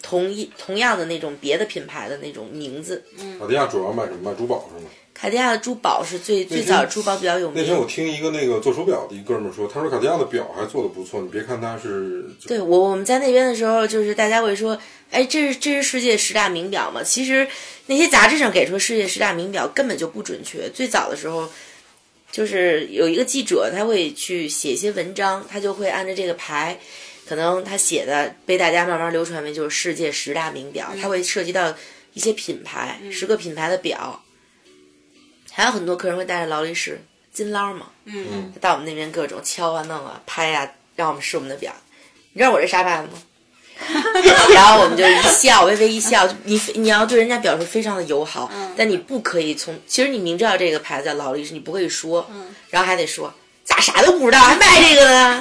D: 同一同样的那种别的品牌的那种名字。
B: 卡地亚主要卖什么？卖珠宝是吗？
D: 卡地亚的珠宝是最最早珠宝比较有
B: 那天我
D: 名。
B: 听一个那个做手表的一哥们儿说，他说卡地亚的表还做的不错，你别看它是，就
D: 对我我们在那边的时候，就是大家会说，哎，这是这是世界十大名表吗？其实那些杂志上给出世界十大名表根本就不准确。最早的时候，就是有一个记者，他会去写一些文章，他就会按照这个排，可能他写的被大家慢慢流传为就是世界十大名表，他会涉及到一些品牌，十个品牌的表，还有很多客人会带着劳力士金捞嘛，
F: 嗯，
D: 他到我们那边各种敲啊、弄啊、拍啊，让我们试我们的表。你知道我这啥牌子吗？然后我们就一笑，微微一笑。就你你要对人家表示非常的友好，但你不可以从，其实你明知道这个牌子叫劳力士，你不可以说，然后还得说咋啥都不知道，还卖这个呢？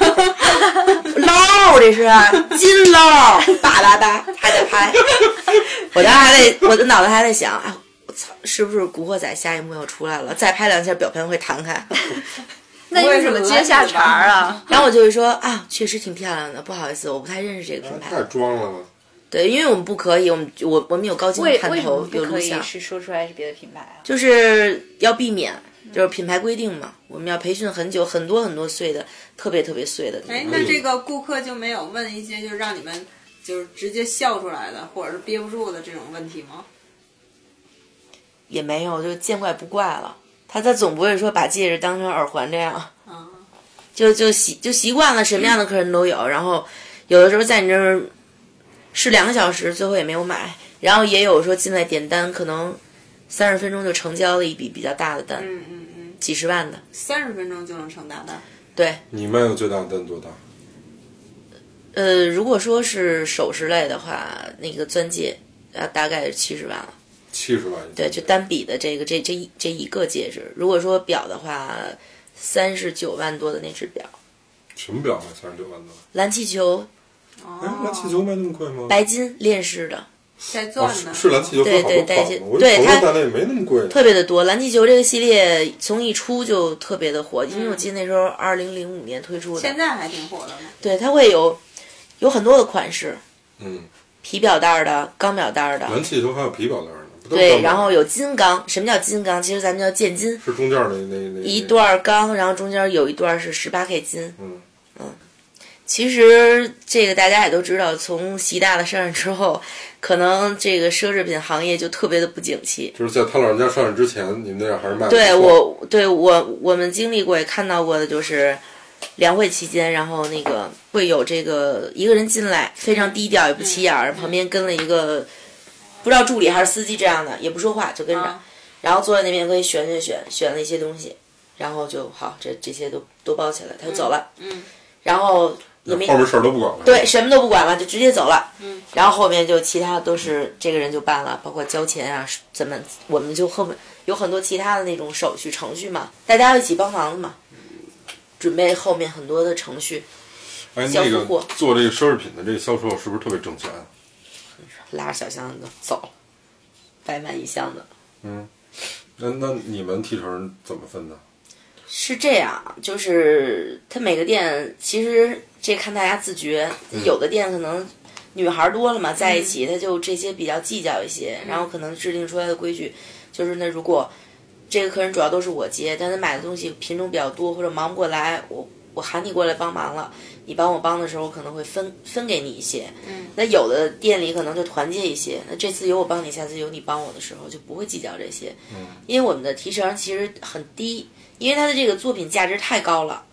D: 捞这是啊金捞，叭叭叭，还得拍。我当时还得，我的脑袋还在想，哎，我操，是不是《古惑仔》下一幕要出来了？再拍两下，表盘会弹开。
C: 那
F: 我也
C: 你
F: 是
C: 怎么
F: 俄
C: 接下
F: 语吧
C: 茬儿啊？
D: 然后我就会说啊，确实挺漂亮的，不好意思，我不太认识这个品牌
B: 太。装了吧。
D: 对，因为我们不可以，我们我我们有高 清
C: 为
D: 探
C: 为什么
D: 头，
C: 不
D: 有录
C: 可以
D: 像，
C: 是说出来是别的品牌啊？
D: 就是要避免，就是品牌规定嘛，我们要培训很久，很多很多碎的，特别特别碎的。
B: 嗯
F: 哎，那这个顾客就没有问一些就是让你们就是直接笑出来的，或者是憋不住的这种问题吗？
D: 也没有，就见怪不怪了。他他总不会说把戒指当成耳环这样，
F: 啊，
D: 就就习就习惯了，什么样的客人都有。然后有的时候在你这儿试两个小时，最后也没有买。然后也有说进来点单，可能三十分钟就成交了一笔比较大的单，
F: 嗯嗯嗯，
D: 几十万的。
F: 三十分钟就能成大单。
D: 对，
B: 你卖过最大的单多大？
D: 呃，如果说是首饰类的话，那个钻戒啊，大概是七十万了。
B: 七十万一
D: 对，就单笔的这个这这一这一个戒指。如果说表的话，三十九万多的那只表，
B: 什么表卖三十九万多？
D: 蓝气球、
F: 哦
B: 哎，蓝气球卖那么贵吗？
D: 哦白金链式的，
F: 带
B: 啊
F: 钻
B: 是
F: 的，
B: 是蓝气球分好多
D: 对对
B: 款吗？
D: 对
B: 我这
D: 对
B: 朋友
D: 它
B: 戴那也没那么贵。
D: 特别的多。蓝气球这个系列从一出就特别的火，因为我记得那时候二零零五年推出
F: 嗯现
D: 的，
F: 在还挺火的呢。
D: 对，它会有有很多的款式，
B: 嗯，
D: 皮表带儿的、钢表带儿的，
B: 蓝气球还有皮表带呢。不都是
D: 对，
B: 钢表
D: 然后有金刚。什么叫金刚？其实咱们叫剑金。
B: 是中间那那那
D: 一。段钢，然后中间有一段是十八 K 金。
B: 嗯
D: 其实这个大家也都知道，从习大大上任之后，可能这个奢侈品行业就特别的不景气。
B: 就是在他老人家上任之前，你们那儿还是卖得
D: 对
B: 不错
D: 我，对我，我们经历过也看到过的，就是两会期间，然后那个会有这个一个人进来，非常低调，也不起眼儿，旁边跟了一个不知道助理还是司机这样的，也不说话，就跟着，
B: 嗯
F: 啊
D: 然后坐在那边可以选选选，选了一些东西，然后就好，这这些都都包起来，他就走了，
F: 嗯，
D: 然后也没
B: 后面事儿都不管了。
D: 对，什么都不管了，就直接走了。
F: 嗯，
D: 然后后面就其他的都是这个人就办了，包括交钱啊，怎么我们就后面有很多其他的那种手续程序嘛，大家一起帮忙的嘛，准备后面很多的程序，
B: 哎，
D: 小
B: 那个
D: 富户
B: 做这个奢侈品的这个销售是不是特别挣钱？啊
D: 拉着小箱子走了，摆满一箱子。
B: 那那你们提成怎么分呢？
D: 是这样，就是它每个店其实这看大家自觉，有的店可能女孩儿多了嘛，在一起他就这些比较计较一些，然后可能制定出来的规矩就是那如果这个客人主要都是我接，但他买的东西品种比较多或者忙不过来，我我喊你过来帮忙了，你帮我帮的时候，我可能会分分给你一些。嗯，那有的店里可能就团结一些，那这次有我帮你，下次有你帮我的时候，就不会计较这些。嗯，因为我们的提成其实很低，因为它的这个作品价值太高了，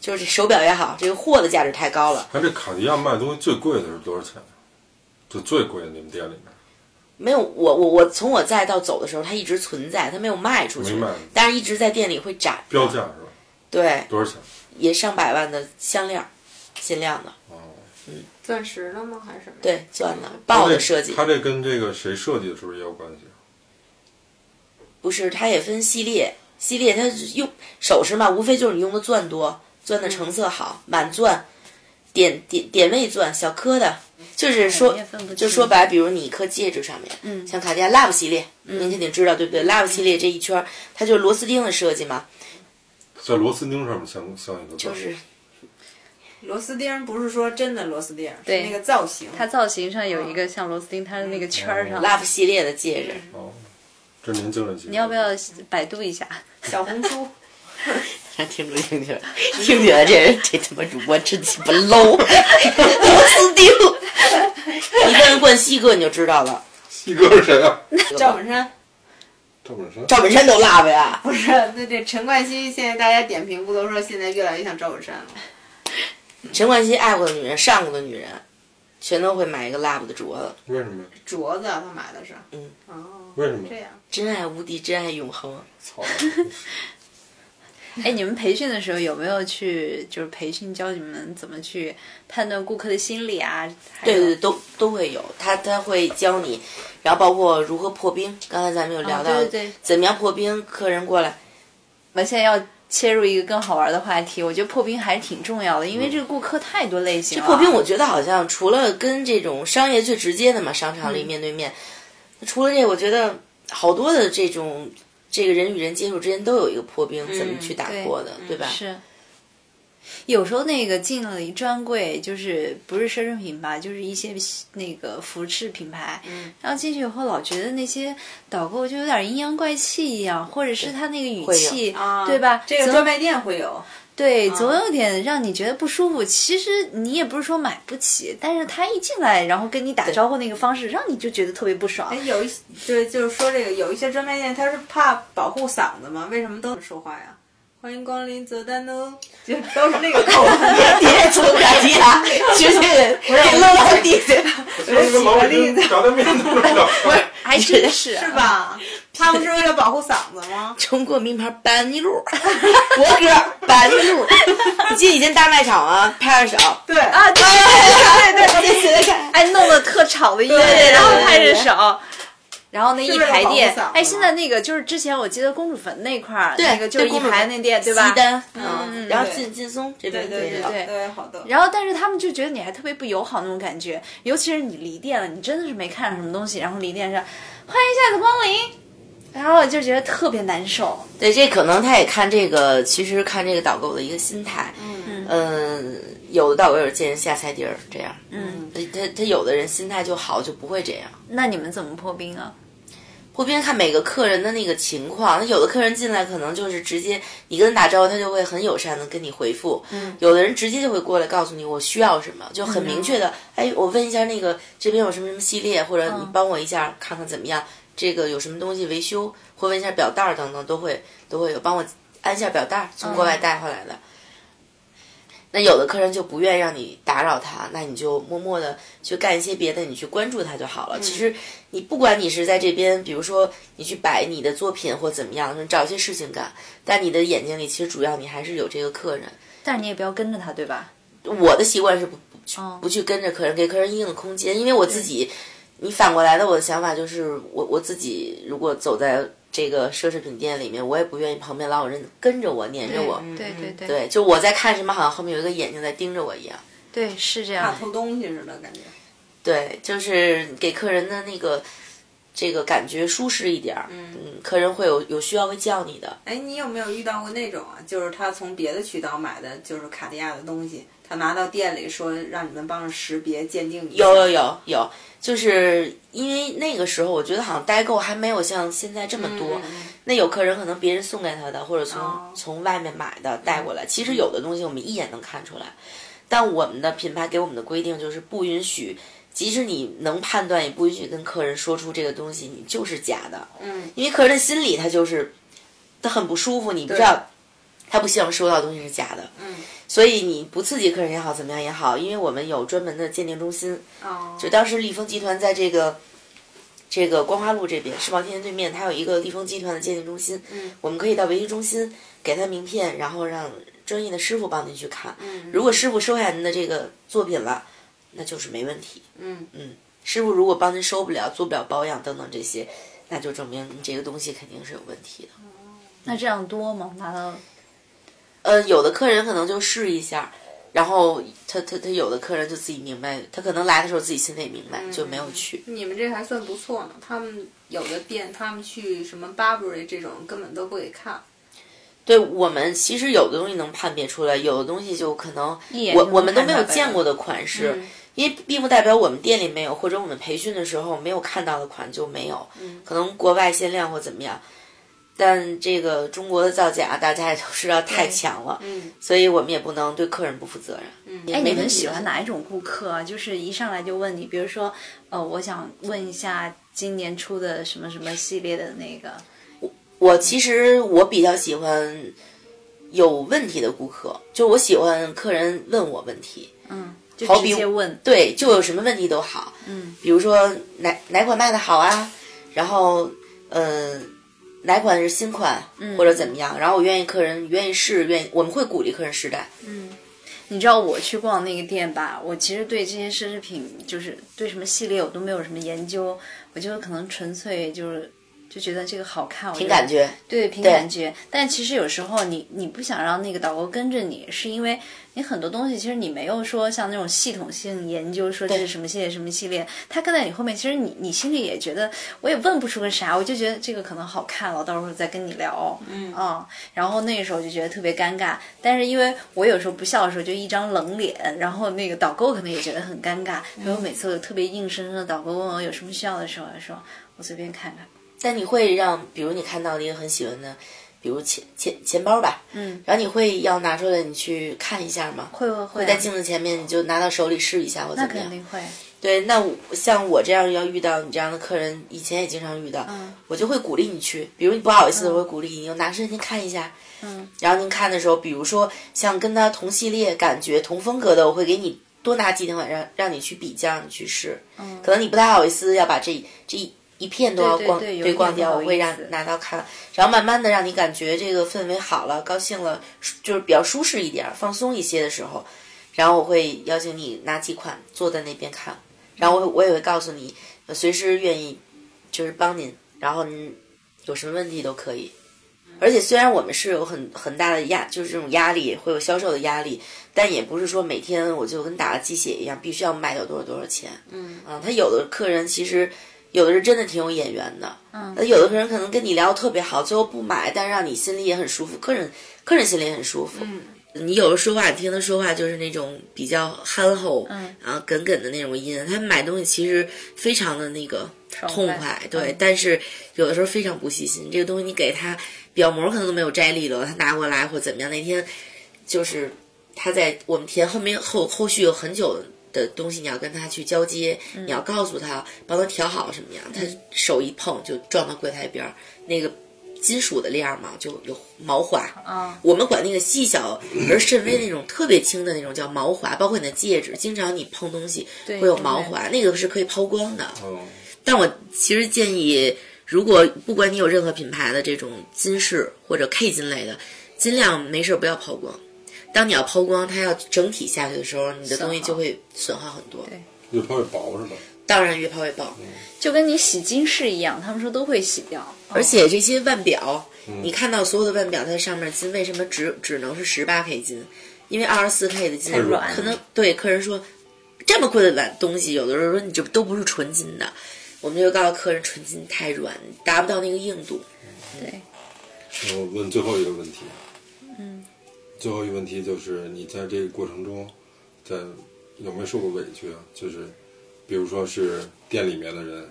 D: 就是这手表也好，这个货的价值太高了。
B: 哎，这卡地亚卖东西最贵的是多少钱？啊就最贵的你们店里面，
D: 没有我我我从我在到走的时候，它一直存在，它没有卖出去
B: 没卖，
D: 但是一直在店里会展。
B: 标价是吧？
D: 对，
B: 多少钱？
D: 也上百万的项链儿，限量的，
B: 啊哦
F: 钻石的吗？还是什么？，
D: 对，钻的豹的设计。
B: 它这跟这个谁设计的是不是也有关系？啊
D: 不是，它也分系列，系列它是用首饰嘛，无非就是你用的钻多，钻的成色好，满钻、点点点位钻、小颗的，就是
C: 哎
D: 说
C: 你也分不清
D: 就说白，比如你一颗戒指上面，
C: 嗯
D: 像卡地亚 Love 系列，您肯定知道对不对？Love 系列这一圈儿，它就是螺丝钉的设计嘛，
B: 在螺丝钉上面镶镶一个钻，
D: 就是
F: 螺丝钉不是说真的螺丝钉，
C: 对
F: 是那个造型。
C: 它造型上有一个像螺丝钉，它的那个圈儿上。
D: Love 系列的戒指，
B: 哦，这您经理级。
C: 你要不 要百度一下？
F: 小红书，
D: 让听众听 听，听觉这人这他妈主播真鸡巴 low，螺丝钉，你问问西哥你就知道了，
B: 西哥是谁啊？
F: 赵本山
B: 赵本山。
D: 赵本山都辣不呀？
F: 不是那这陈冠希，现在大家点评不都说现在越来越像赵本山了？
D: 陈冠希爱过的女人、上过的女人，全都会买一个 Love 的镯子。
B: 为什么？
F: 镯子啊他买的是，
D: 嗯，
F: 哦，
B: 为什么
F: 这？样，
D: 真爱无敌，真爱永恒。
B: 操！
C: 哎，你们培训的时候有没有去，就是培训教你们怎么去判断顾客的心理啊？还
D: 对
C: 有
D: 对对，都都会有，他他会教你，然后包括如何破冰。刚才咱们有聊到，嗯
C: 哦对对对
D: 怎么样破冰？客人过来，
C: 我们现在要切入一个更好玩的话题，我觉得破冰还是挺重要的，因为这个顾客太多类型
D: 这
C: 了。
D: 破冰我觉得好像除了跟这种商业最直接的嘛，商场里面对面，
C: 嗯
D: 除了这，我觉得好多的这种这个人与人接触之间都有一个破冰，怎么去打
C: 嗯对嗯
D: 破的，对吧？
C: 是。有时候那个进了一专柜，就是不是奢侈品吧，就是一些那个服饰品牌，
D: 嗯
C: 然后进去以后老觉得那些导购就有点阴阳怪气一样，或者是他那个语
D: 会有
C: 气，
F: 啊
C: 对吧？
F: 这个
C: 总
F: 专卖店会有，嗯
C: 对，总有点让你觉得不舒服。其实你也不是说买不起，但是他一进来，然后跟你打招呼那个方式，让你就觉得特别不爽
F: 哎，。有一对，就是说这个有一些专卖店，他是怕保护嗓子嘛，为什么都说话呀？欢迎光临泽丹哦，就都是那个口吻。
D: 别从卡地 亚啊直接给给扔到地下。
B: 这个毛巾炸酱面都是的。
C: 还真是，啊
F: 是吧？他们是为了保护嗓子吗？
D: 中国名牌班尼 路，国歌班尼路。你记得以前大卖场啊，拍着手，
F: 对 啊，对对对 对，
C: 哎，弄得特吵的音乐，
F: 对
C: 然后拍着手。然后那
F: 是
C: 一
F: 为了
C: 排
F: 保护
C: 店
F: 嗓子，
C: 哎，现在那个就是之前我记得公主坟那块儿，
D: 对
C: 那个就是
D: 对
C: 一
D: 公主坟
C: 排那店，对吧
D: 西？单，
F: 嗯
D: 然后
F: 对
D: 劲劲松这边
F: 对对
D: 对
F: 对对，好 的。
C: 然后，但是他们就觉得你还特别不友好那种感觉，尤其是你离店了，你真的是没看上什么东西，然后离店上，欢迎下次光临，然后我就觉得特别难受。
D: 对，这可能他也看这个，其实看这个导购的一个心态。嗯有的导购有见人下菜碟儿这样。嗯，他他有的人心态就好，就不会这样。
C: 那你们怎么破冰啊？
D: 破冰看每个客人的那个情况，那有的客人进来可能就是直接你跟他打招呼，他就会很友善的跟你回复。嗯，有的人直接就会过来告诉你我需要什么，就很明确的，哎，我问一下那个这边有什么什么系列，或者你帮我一下看看怎么样，这个有什么东西维修，或问一下表带儿等等，都会都会有帮我安一下表带儿，从国外带回来的。那有的客人就不愿意让你打扰他，那你就默默的去干一些别的，你去关注他就好了。其实你不管你是在这边，比如说你去摆你的作品或怎么样，找一些事情干，但你的眼睛里其实主要你还是有这个客人。
C: 但是你也不要跟着他，对吧？
D: 我的习惯是不不去
C: 哦
D: 不去跟着客人，给客人一定的空间，因为我自己，你反过来的我的想法就是，我我自己如果走在这个奢侈品店里面，我也不愿意旁边老有人跟着我撵着我，
C: 对对对
D: 对，就我在看什么，好像后面有一个眼睛在盯着我一样。
C: 对，是这
F: 怕
C: 样。
F: 偷东西似的感觉。
D: 对，就是给客人的那个这个感觉舒适一点儿。嗯，客人会有有需要会叫你的。
F: 哎，你有没有遇到过那种啊？就是他从别的渠道买的，就是卡地亚的东西，他拿到店里说让你们帮着识别鉴定一下。
D: 有有有有，就是因为那个时候我觉得好像代购还没有像现在这么多。
F: 嗯嗯嗯
D: 那有客人可能别人送给他的，或者从、
F: 哦嗯
D: 从外面买的带过来。其实有的东西我们一眼能看出来，但我们的品牌给我们的规定就是不允许。即使你能判断，也不允许跟客人说出这个东西你就是假的，
F: 嗯，
D: 因为客人的心里他就是他很不舒服，你不知道他不希望收到的东西是假的，
F: 嗯，
D: 所以你不刺激客人也好，怎么样也好，因为我们有专门的鉴定中心，
F: 哦，
D: 就当时立丰集团在这个这个光华路这边，世贸天天对面，它有一个立丰集团的鉴定中心。
F: 嗯，
D: 我们可以到维修中心给他名片，然后让专业的师傅帮您去看。
F: 嗯
D: 如果师傅收下您的这个作品了，那就是没问题。
F: 嗯
D: 嗯，师傅如果帮您收不了、做不了保养等等这些，那就证明你这个东西肯定是有问题的。
C: 那这样多吗？拿到
D: 呃，有的客人可能就试一下，然后他他他有的客人就自己明白，他可能来的时候自己心里也明白，就没有去。
F: 你们这还算不错呢。他们有的店，他们去什么 Burberry 这种根本都不给看。
D: 对我们其实有的东西能判别出来，有的东西就可能
C: 一眼
D: 我
C: 就能
D: 我们都没有
C: 看出来
D: 见过的款式，
F: 嗯
D: 因为并不代表我们店里没有，或者我们培训的时候没有看到的款就没有，
C: 嗯
D: 可能国外限量或怎么样。但这个中国的造假，大家也都知道太强了，
F: 嗯
D: 所以我们也不能对客人不负责任。
C: 哎，
D: 嗯
C: 你们喜欢？哪一种顾客啊？就是一上来就问你，比如说，呃，我想问一下今年出的什么什么系列的那个，
D: 我其实我比较喜欢有问题的顾客，就我喜欢客人问我问题，
C: 嗯，就
D: 好
C: 直
D: 比
C: 接问，
D: 对，就有什么问题都好，
C: 嗯，
D: 比如说哪哪款卖的好啊，然后呃哪款是新款、
C: 嗯
D: 或者怎么样，然后我愿意客人愿意试，愿意我们会鼓励客人试戴，
C: 你知道我去逛那个店吧？我其实对这些奢侈品，就是对什么系列我都没有什么研究，我就可能纯粹就是就觉得这个好看，我
D: 凭
C: 就
D: 感觉。
C: 对，凭感觉。但其实有时候你你不想让那个导购跟着你，是因为你很多东西其实你没有说像那种系统性研究，说这是什么系列什么系列，他跟在你后面，其实你你心里也觉得我也问不出个啥，我就觉得这个可能好看了，到时候再跟你聊。嗯然后那个时候就觉得特别尴尬，但是因为我有时候不笑的时候就一张冷脸，然后那个导购可能也觉得很尴尬，所以我每次我特别硬生生的导购问我有什么需要的时候，我说我随便看看。
D: 但你会让，比如你看到的一个很喜欢的，比如钱钱钱包吧，
C: 嗯，
D: 然后你会要拿出来你去看一下吗？
C: 会会会啊
D: 在镜子前面你就拿到手里试一下或
C: 那
D: 怎么
C: 肯
D: 样？
C: 定会。
D: 对，那我像我这样要遇到你这样的客人，以前也经常遇到，
C: 嗯
D: 我就会鼓励你去，比如你不好意思，我会鼓励你，我拿出来您看一下，
C: 嗯，
D: 然后您看的时候，比如说像跟他同系列、感觉同风格的，我会给你多拿几款，让让你去比较，让你去试，嗯，可能你不太好意思要把这这一一片都要
C: 对对
D: 逛
C: 对有一点
D: 逛掉，
C: 不好
D: 我会
C: 意
D: 让
C: 思
D: 拿到看，然后慢慢的让你感觉这个氛围好了，高兴了，舒就是比较舒适一点，放松一些的时候，然后我会邀请你拿几款坐在那边看，然后我我也会告诉你，呃随时愿意就是帮您，然后您有什么问题都可以。而且虽然我们是有很很大的压，就是这种压力，会有销售的压力，但也不是说每天我就跟打了鸡血一样，必须要卖掉多少多少钱。嗯，啊，他有的客人其实有的是真的挺有眼缘的，嗯，有的客人可能跟你聊得特别好，最后不买，但让你心里也很舒服，客人客人心里也很舒服。嗯，你有的说话，你听他说话就是那种比较憨厚，嗯，啊，梗梗的那种音，他买东西其实非常的那个痛快，对，但是有的时候非常不细心，这个东西你给他表膜可能都没有摘利落，他拿过来或怎么样，那天就是他在我们填后面后后续有很久的东西，你要跟他去交接，
C: 嗯
D: 你要告诉他帮他调好什么样，他手一碰就撞到柜台边儿，那个金属的链儿嘛就有毛滑
C: 啊
D: 我们管那个细小而甚微那种特别轻的那种叫毛滑，包括你的戒指，经常你碰东西
C: 对
D: 会有毛滑，那个是可以抛光的。
B: 嗯，
D: 但我其实建议，如果不管你有任何品牌的这种金饰或者 K 金类的，尽量没事儿不要抛光。当你要抛光，它要整体下去的时候，你的东西就会损耗很多。
C: 对
B: 越抛越薄是吧？
D: 当然越抛越薄，
C: 就跟你洗金饰一样，他们说都会洗掉，
D: 而且这些腕表，
B: 嗯
D: 你看到所有的腕表，它上面金为什么只只能是十八 K 金？因为二十四 K 的金
B: 太软
D: 可能对客人说，这么贵的碗东西，有的时候说你这都不是纯金的。我们就告诉客人纯金太软，达不到那个硬度。
C: 对，
B: 我问最后一个问题，嗯，最后一个问题就是你在这个过程中，在有没有受过委屈啊？就是比如说是店里面的人，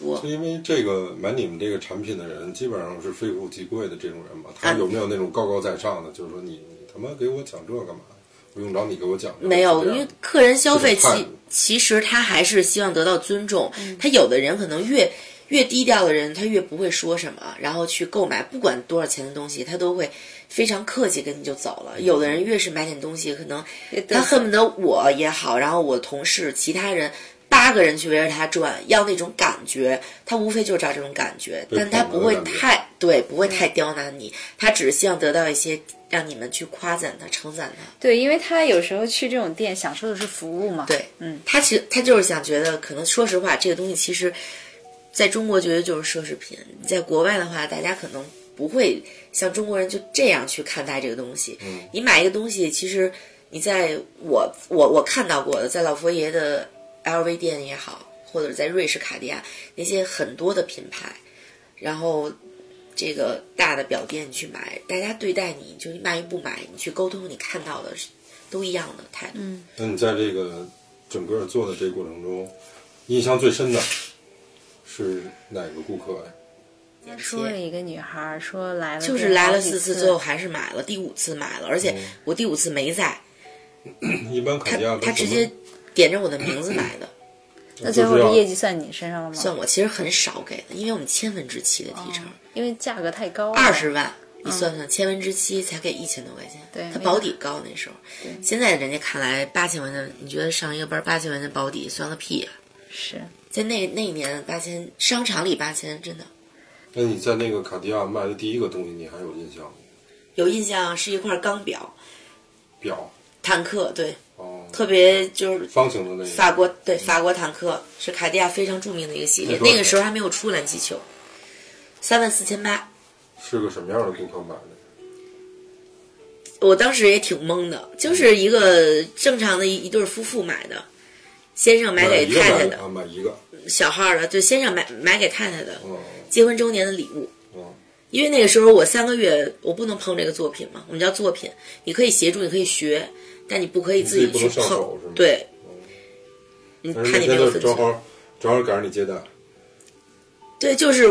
D: 我
B: 就因为这个买你们这个产品的人基本上是非富即贵的这种人嘛，他有没有那种高高在上的？就是说你你他妈给我讲这干嘛？不用找你给我讲这个，
D: 没有，
B: 这样
D: 因为客人消费
B: 这
D: 其
B: 种态度
D: 其实他还是希望得到尊重。
B: 嗯
D: 他有的人可能越越低调的人，他越不会说什么，然后去购买，不管多少钱的东西，他都会非常客气跟你就走
B: 嗯
D: 了。有的人越是买点东西，可能他恨不得我也好，然后我同事其他人。八个人去围着他转，要那种感觉，他无非就是找这种感觉，
B: 被
D: 但他
B: 捧着
D: 不会
B: 的感觉嗯
D: 太对，不会太刁难你，他只是希望得到一些让你们去夸赞他、称赞他。
C: 对，因为他有时候去这种店享受的是服务嘛。
D: 对，
C: 嗯，
D: 他其实他就是想觉得，可能说实话，这个东西其实在中国觉得就是奢侈品，在国外的话，大家可能不会像中国人就这样去看待这个东西。嗯，你买一个东西，其实你在我我我看到过的，在老佛爷的 LV 店也好，或者在瑞士卡地亚那些很多的品牌，然后。这个大的表店你去买，大家对待你，就你买与不买，你去沟通，你看到的是都一样的态度。嗯，
B: 那你在这个整个做的这个过程中，印象最深的是哪个顾客呀、
C: 说了一个女孩儿说来了，
D: 就是来了四
C: 次，
D: 次，最后还是买了，第五次买了，而且我第五次没在，
B: 一般卡
D: 他
B: 地亚都
D: 他
B: 啊什
D: 直
B: 么
D: 接点着我的名字买的，
C: 那最后
B: 就是
C: 的
B: 要
C: 业绩算你身上了吗？
D: 算我其实很少给的，因为我们千分之七的提成，
C: 因为价格太高了。
D: 二十万，你算算千分之七才给一千多块钱，
C: 对
D: 他
C: 没
D: 保底高那时候，现在人家看来八千块钱，你觉得上一个班八千块钱保底算个屁呀、
C: 是，
D: 在那那一年八千，商场里八千真的
B: 那你在那个卡地亚卖的第一个东西，你还有印象吗？
D: 有印象，是一块钢表，
B: 表
D: 坦克对，
B: 哦，
D: 特别就是
B: 方形的那个
D: 法国对法国坦克是卡地亚非常著名的一个系列
B: 没，错
D: 那个时候还没有出蓝气球，三万四千八，
B: 是个什么样的顾客买的？
D: 我当时也挺懵的，就是一个正常的一一对夫妇买的，先生买给
B: 一个
D: 太太
B: 买啊，
D: 的，
B: 买一个，
D: 小号的，就先生买买给太太的，
B: 嗯
D: 结婚周年的礼物。
B: 嗯，
D: 因为那个时候我三个月我不能碰这个作品嘛，我们叫作品，你可以协助，你可以学，但你不可以自
B: 你自己
D: 去
B: 不能上手
D: 碰
B: 是吗，哦
D: 对，你
B: 但是
D: 怕
B: 那
D: 嗯你没
B: 天就是
D: 有分
B: 正
D: 寸。
B: 好正好赶上你接待，
D: 对，就是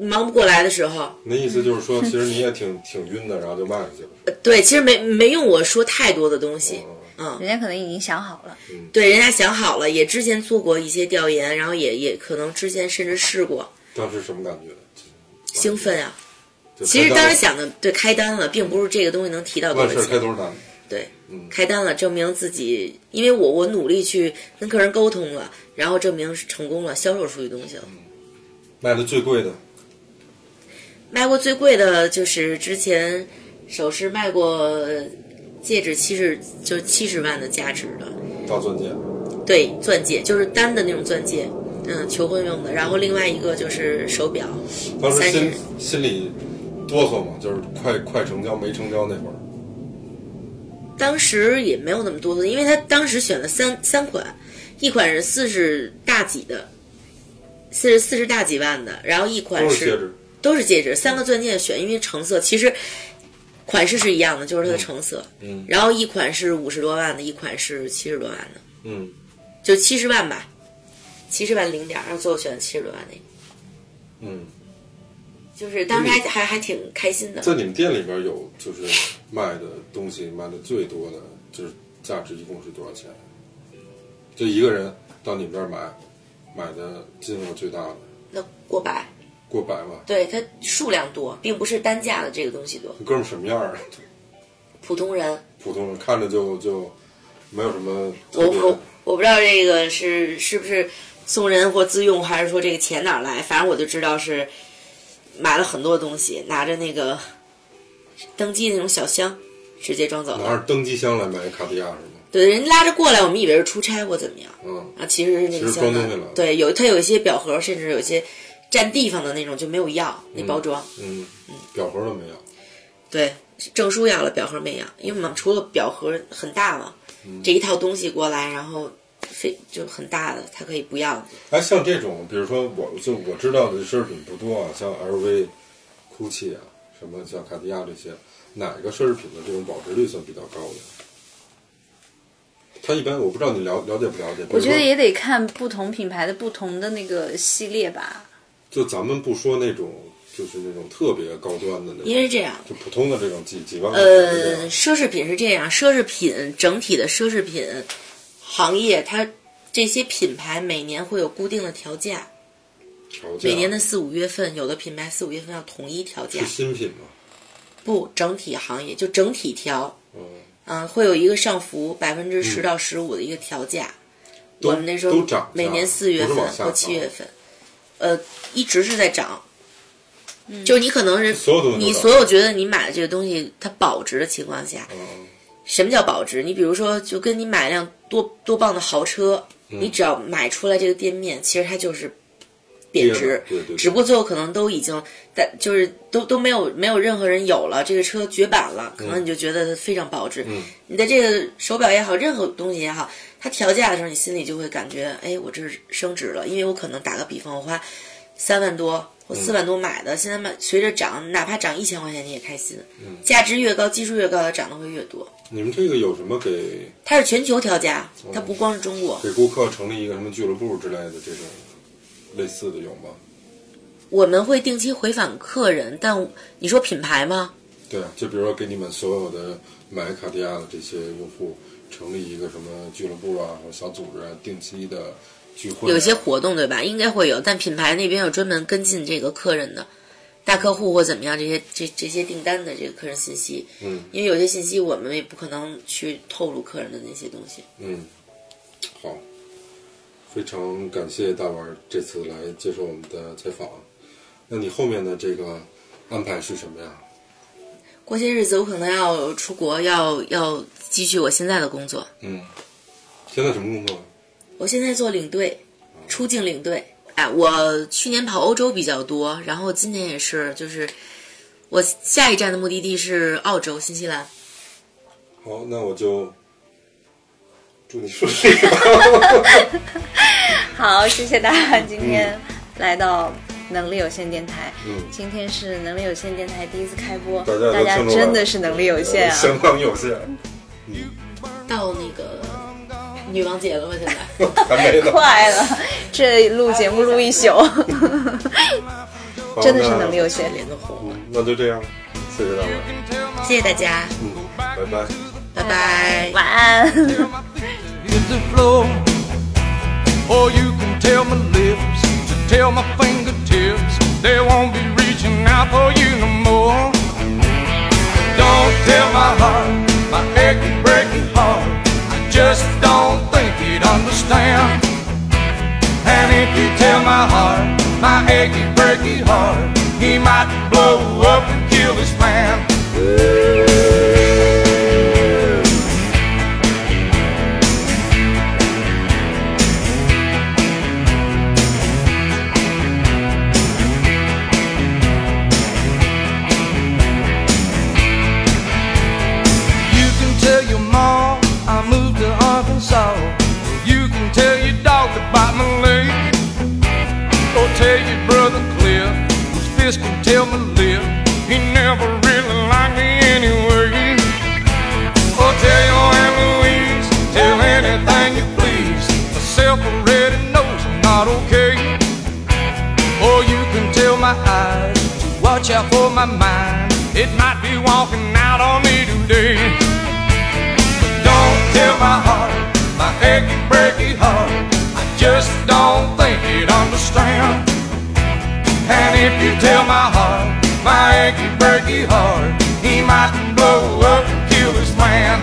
D: 忙不过来的时候，
B: 那意思就是
D: 嗯
B: 说，其 实你也挺挺晕的，然后就卖出去了。
D: 呃对，其实没没用我说太多的东西，嗯，
B: 哦
C: 人家可能已经想好了。
D: 对，人家想好了，也之前做过一些调研，然后也也可能之前甚至试
B: 啊
D: 过，
B: 当时什么感觉？
D: 兴奋啊。
B: 就
D: 其
B: 开
D: 实
B: 单
D: 当
B: 了
D: 时想的，对，开单了，并不是这个东西能提到多
B: 万事
D: 少
B: 开
D: 钱，
B: 头难，
D: 对，
B: 嗯
D: 开单了，证明自己，因为我我努力去跟客人沟通了，然后证明是成功了，销售出去东西了。
B: 嗯卖的最贵的
D: 卖过最贵的就是之前首饰卖过呃戒指七十，就是七十万的价值的，
B: 大钻戒，
D: 对，钻戒就是单的那种钻戒，嗯，求婚用的。然后另外一个就是手表，
B: 当时
D: 三
B: 心
D: 十，
B: 心里哆嗦嘛，就是快快成交没成交那会儿，
D: 当时也没有那么多的，因为他当时选了三三款，一款是四十大几的，四十四十大几万的，然后一款
B: 都
D: 是
B: 是戒指，
D: 都是戒指，三个钻戒选，因为成色其实款式是一样的，就是它的成色。
B: 嗯
D: 然后一款是五十多万的，一款是七十多万的，
B: 嗯，
D: 就七十万吧，七十万零点儿，然后最后选七十多万那个，
B: 嗯，
D: 就是当时还还还挺开心的。
B: 在你们店里边有就是卖的东西卖的最多的，就是价值一共是多少钱？就一个人到你们这儿买，买的金额最大的
D: 那过百，
B: 过百吧？
D: 对它数量多，并不是单价的这个东西多。
B: 那哥们儿什么样儿啊？
D: 普通人，
B: 普通人看着就就没有什么
D: 我
B: 特别
D: 我我不知道这个是是不是送人或自用，还是说这个钱哪儿来？反正我就知道是买了很多东西，拿着那个登机那种小箱，直接装走
B: 拿
D: 了。
B: 着登机箱来买卡地亚是吗？
D: 对，人拉着过来，我们以为是出差或怎么样，
B: 嗯，
D: 啊，其实是那
B: 其
D: 个
B: 实
D: 箱
B: 装东西
D: 子
B: 了。
D: 对，有它有一些表盒，甚至有一些占地方的那种就没有要那包装。
B: 嗯，表盒都没有。
D: 对，证书要了，表盒没要，因为我们除了表盒很大嘛，这一套东西过来，然后非就很大的，它可以不要。
B: 哎，像这种，比如说我就我知道的奢侈品不多啊，像 LV、GUCCI 啊，什么像卡地亚这些，哪个奢侈品的这种保值率算比较高的？它一般我不知道你了了解不了解，比如说
C: 我觉得也得看不同品牌的不同的那个系列吧。
B: 就咱们不说那种就是那种特别高端的那种，
D: 因为这样
B: 就普通的这种几几万块钱的这
D: 呃，
B: 样，
D: 奢侈品是这样，奢侈品整体的奢侈品行业，它这些品牌每年会有固定的调价，
B: 调价
D: 每年的四五月份，有的品牌四五月份要统一调价
B: 是，新品嘛，
D: 不，整体行业就整体调，
B: 嗯，
D: 嗯、会有一个上浮百分之十到十五的一个调价。
B: 都
D: 我们那时
B: 都
D: 候
B: 涨价
D: 每年四月
B: 不
D: 份
B: 是往下
D: 或七
B: 涨
D: 月份，呃，一直是在涨。就是你可能是
B: 所有东西都
D: 你
B: 涨
D: 所有觉得你买的这个东西它保值的情况下，
B: 嗯
D: 什么叫保值？你比如说，就跟你买一辆多多磅的豪车，
B: 嗯
D: 你只要买出来这个店面，其实它就是贬
B: 跌
D: 值
B: 了，对对对
D: 只不过最后可能都已经，但就是都都没有没有任何人有了这个车绝版了，可能你就觉得它非常保值。
B: 嗯
D: 你的这个手表也好，任何东西也好，它调价的时候，你心里就会感觉，哎，我这是升值了，因为我可能打个比方，我花三万多或四万多买的，现在买随着涨，哪怕涨一千块钱你也开心，价值越高，基数越高，它涨得会越多。
B: 你们这个有什么给
D: 它是全球调价，它不光是中国。
B: 给顾客成立一个什么俱乐部之类的这种类似的有吗？
D: 我们会定期回访客人，但你说品牌吗？
B: 对啊，就比如说给你们所有的买卡地亚的这些用户成立一个什么俱乐部啊，或者小组织啊，定期的聚会啊、
D: 有一些活动对吧？应该会有，但品牌那边有专门跟进这个客人的大客户或怎么样这些这这些订单的这个客人信息，
B: 嗯
D: 因为有些信息我们也不可能去透露客人的那些东西。
B: 嗯，好，非常感谢大碗儿这次来接受我们的采访。那你后面的这个安排是什么呀？
D: 过些日子我可能要出国，要要继续我现在的工作。
B: 嗯，现在什么工作？啊
D: 我现在做领队，出境领队。哎，我去年跑欧洲比较多，然后今年也是，就是我下一站的目的地是澳洲、新西兰。
B: 好，那我就 祝你顺利吧。
C: 好，谢谢大家今天来到能力有限电台。
B: 嗯
C: 今天是能力有限电台第一次开播，
B: 大家
C: 大
B: 都
C: 家
B: 听懂
C: 真
B: 了呃
C: 的是能力有限啊！
B: 相当有限，
D: 到那个女王节了吗？现在
B: 还没呢。
C: 快了，这录节目录一宿，
B: 好
C: 真的是能力有。限
D: 全。脸都红了。
B: 那嗯，那就这样，谢谢大碗儿，
D: 谢谢大家，
B: 嗯，拜拜。
D: 拜拜。
C: 晚安。
A: is the flow. Or you can tell my lips to tell my fingertips they won't be reaching out for you no more. Don't tell my heart, my aching, breaking heart. I just don't think you'd understand. And if you tell my heart, my aching, breaking heart, he might blow up and kill this man. You can tell your mom I moved to Arkansas. You can tell your dog about my leg. Or tell your brother Cliff, whose fist can tell my lip. He never really liked me anyway. Or tell your Aunt Louise, tell anything you please. Myself already knows I'm not okay. Or Oh, you can tell my eyes to watch out for my mind. It might be walking out on me today. But don't tell my heart, my aching, breaking heart. I just don't think it understand. And if you tell my heart, my aching, breaking heart, he might blow up and kill this man.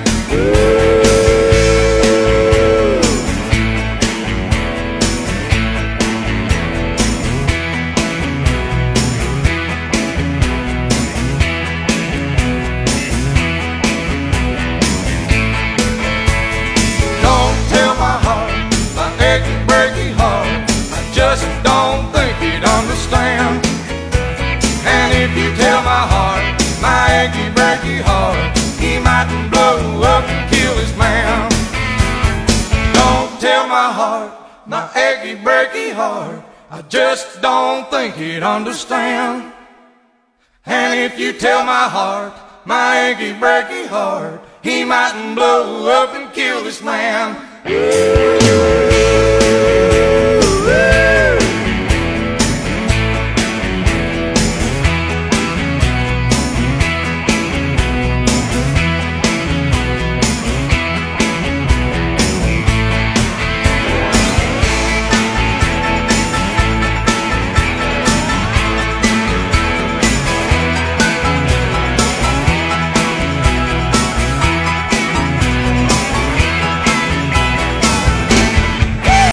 A: Don't tell my heart, my aching, breaking heart. I just don't think you'd understand. And if you tell my heart, my achy, breaky heart, my achy breaky heart. I just don't think he'd understand. And if you tell my heart, my achy breaky heart, he mightn't blow up and kill this man.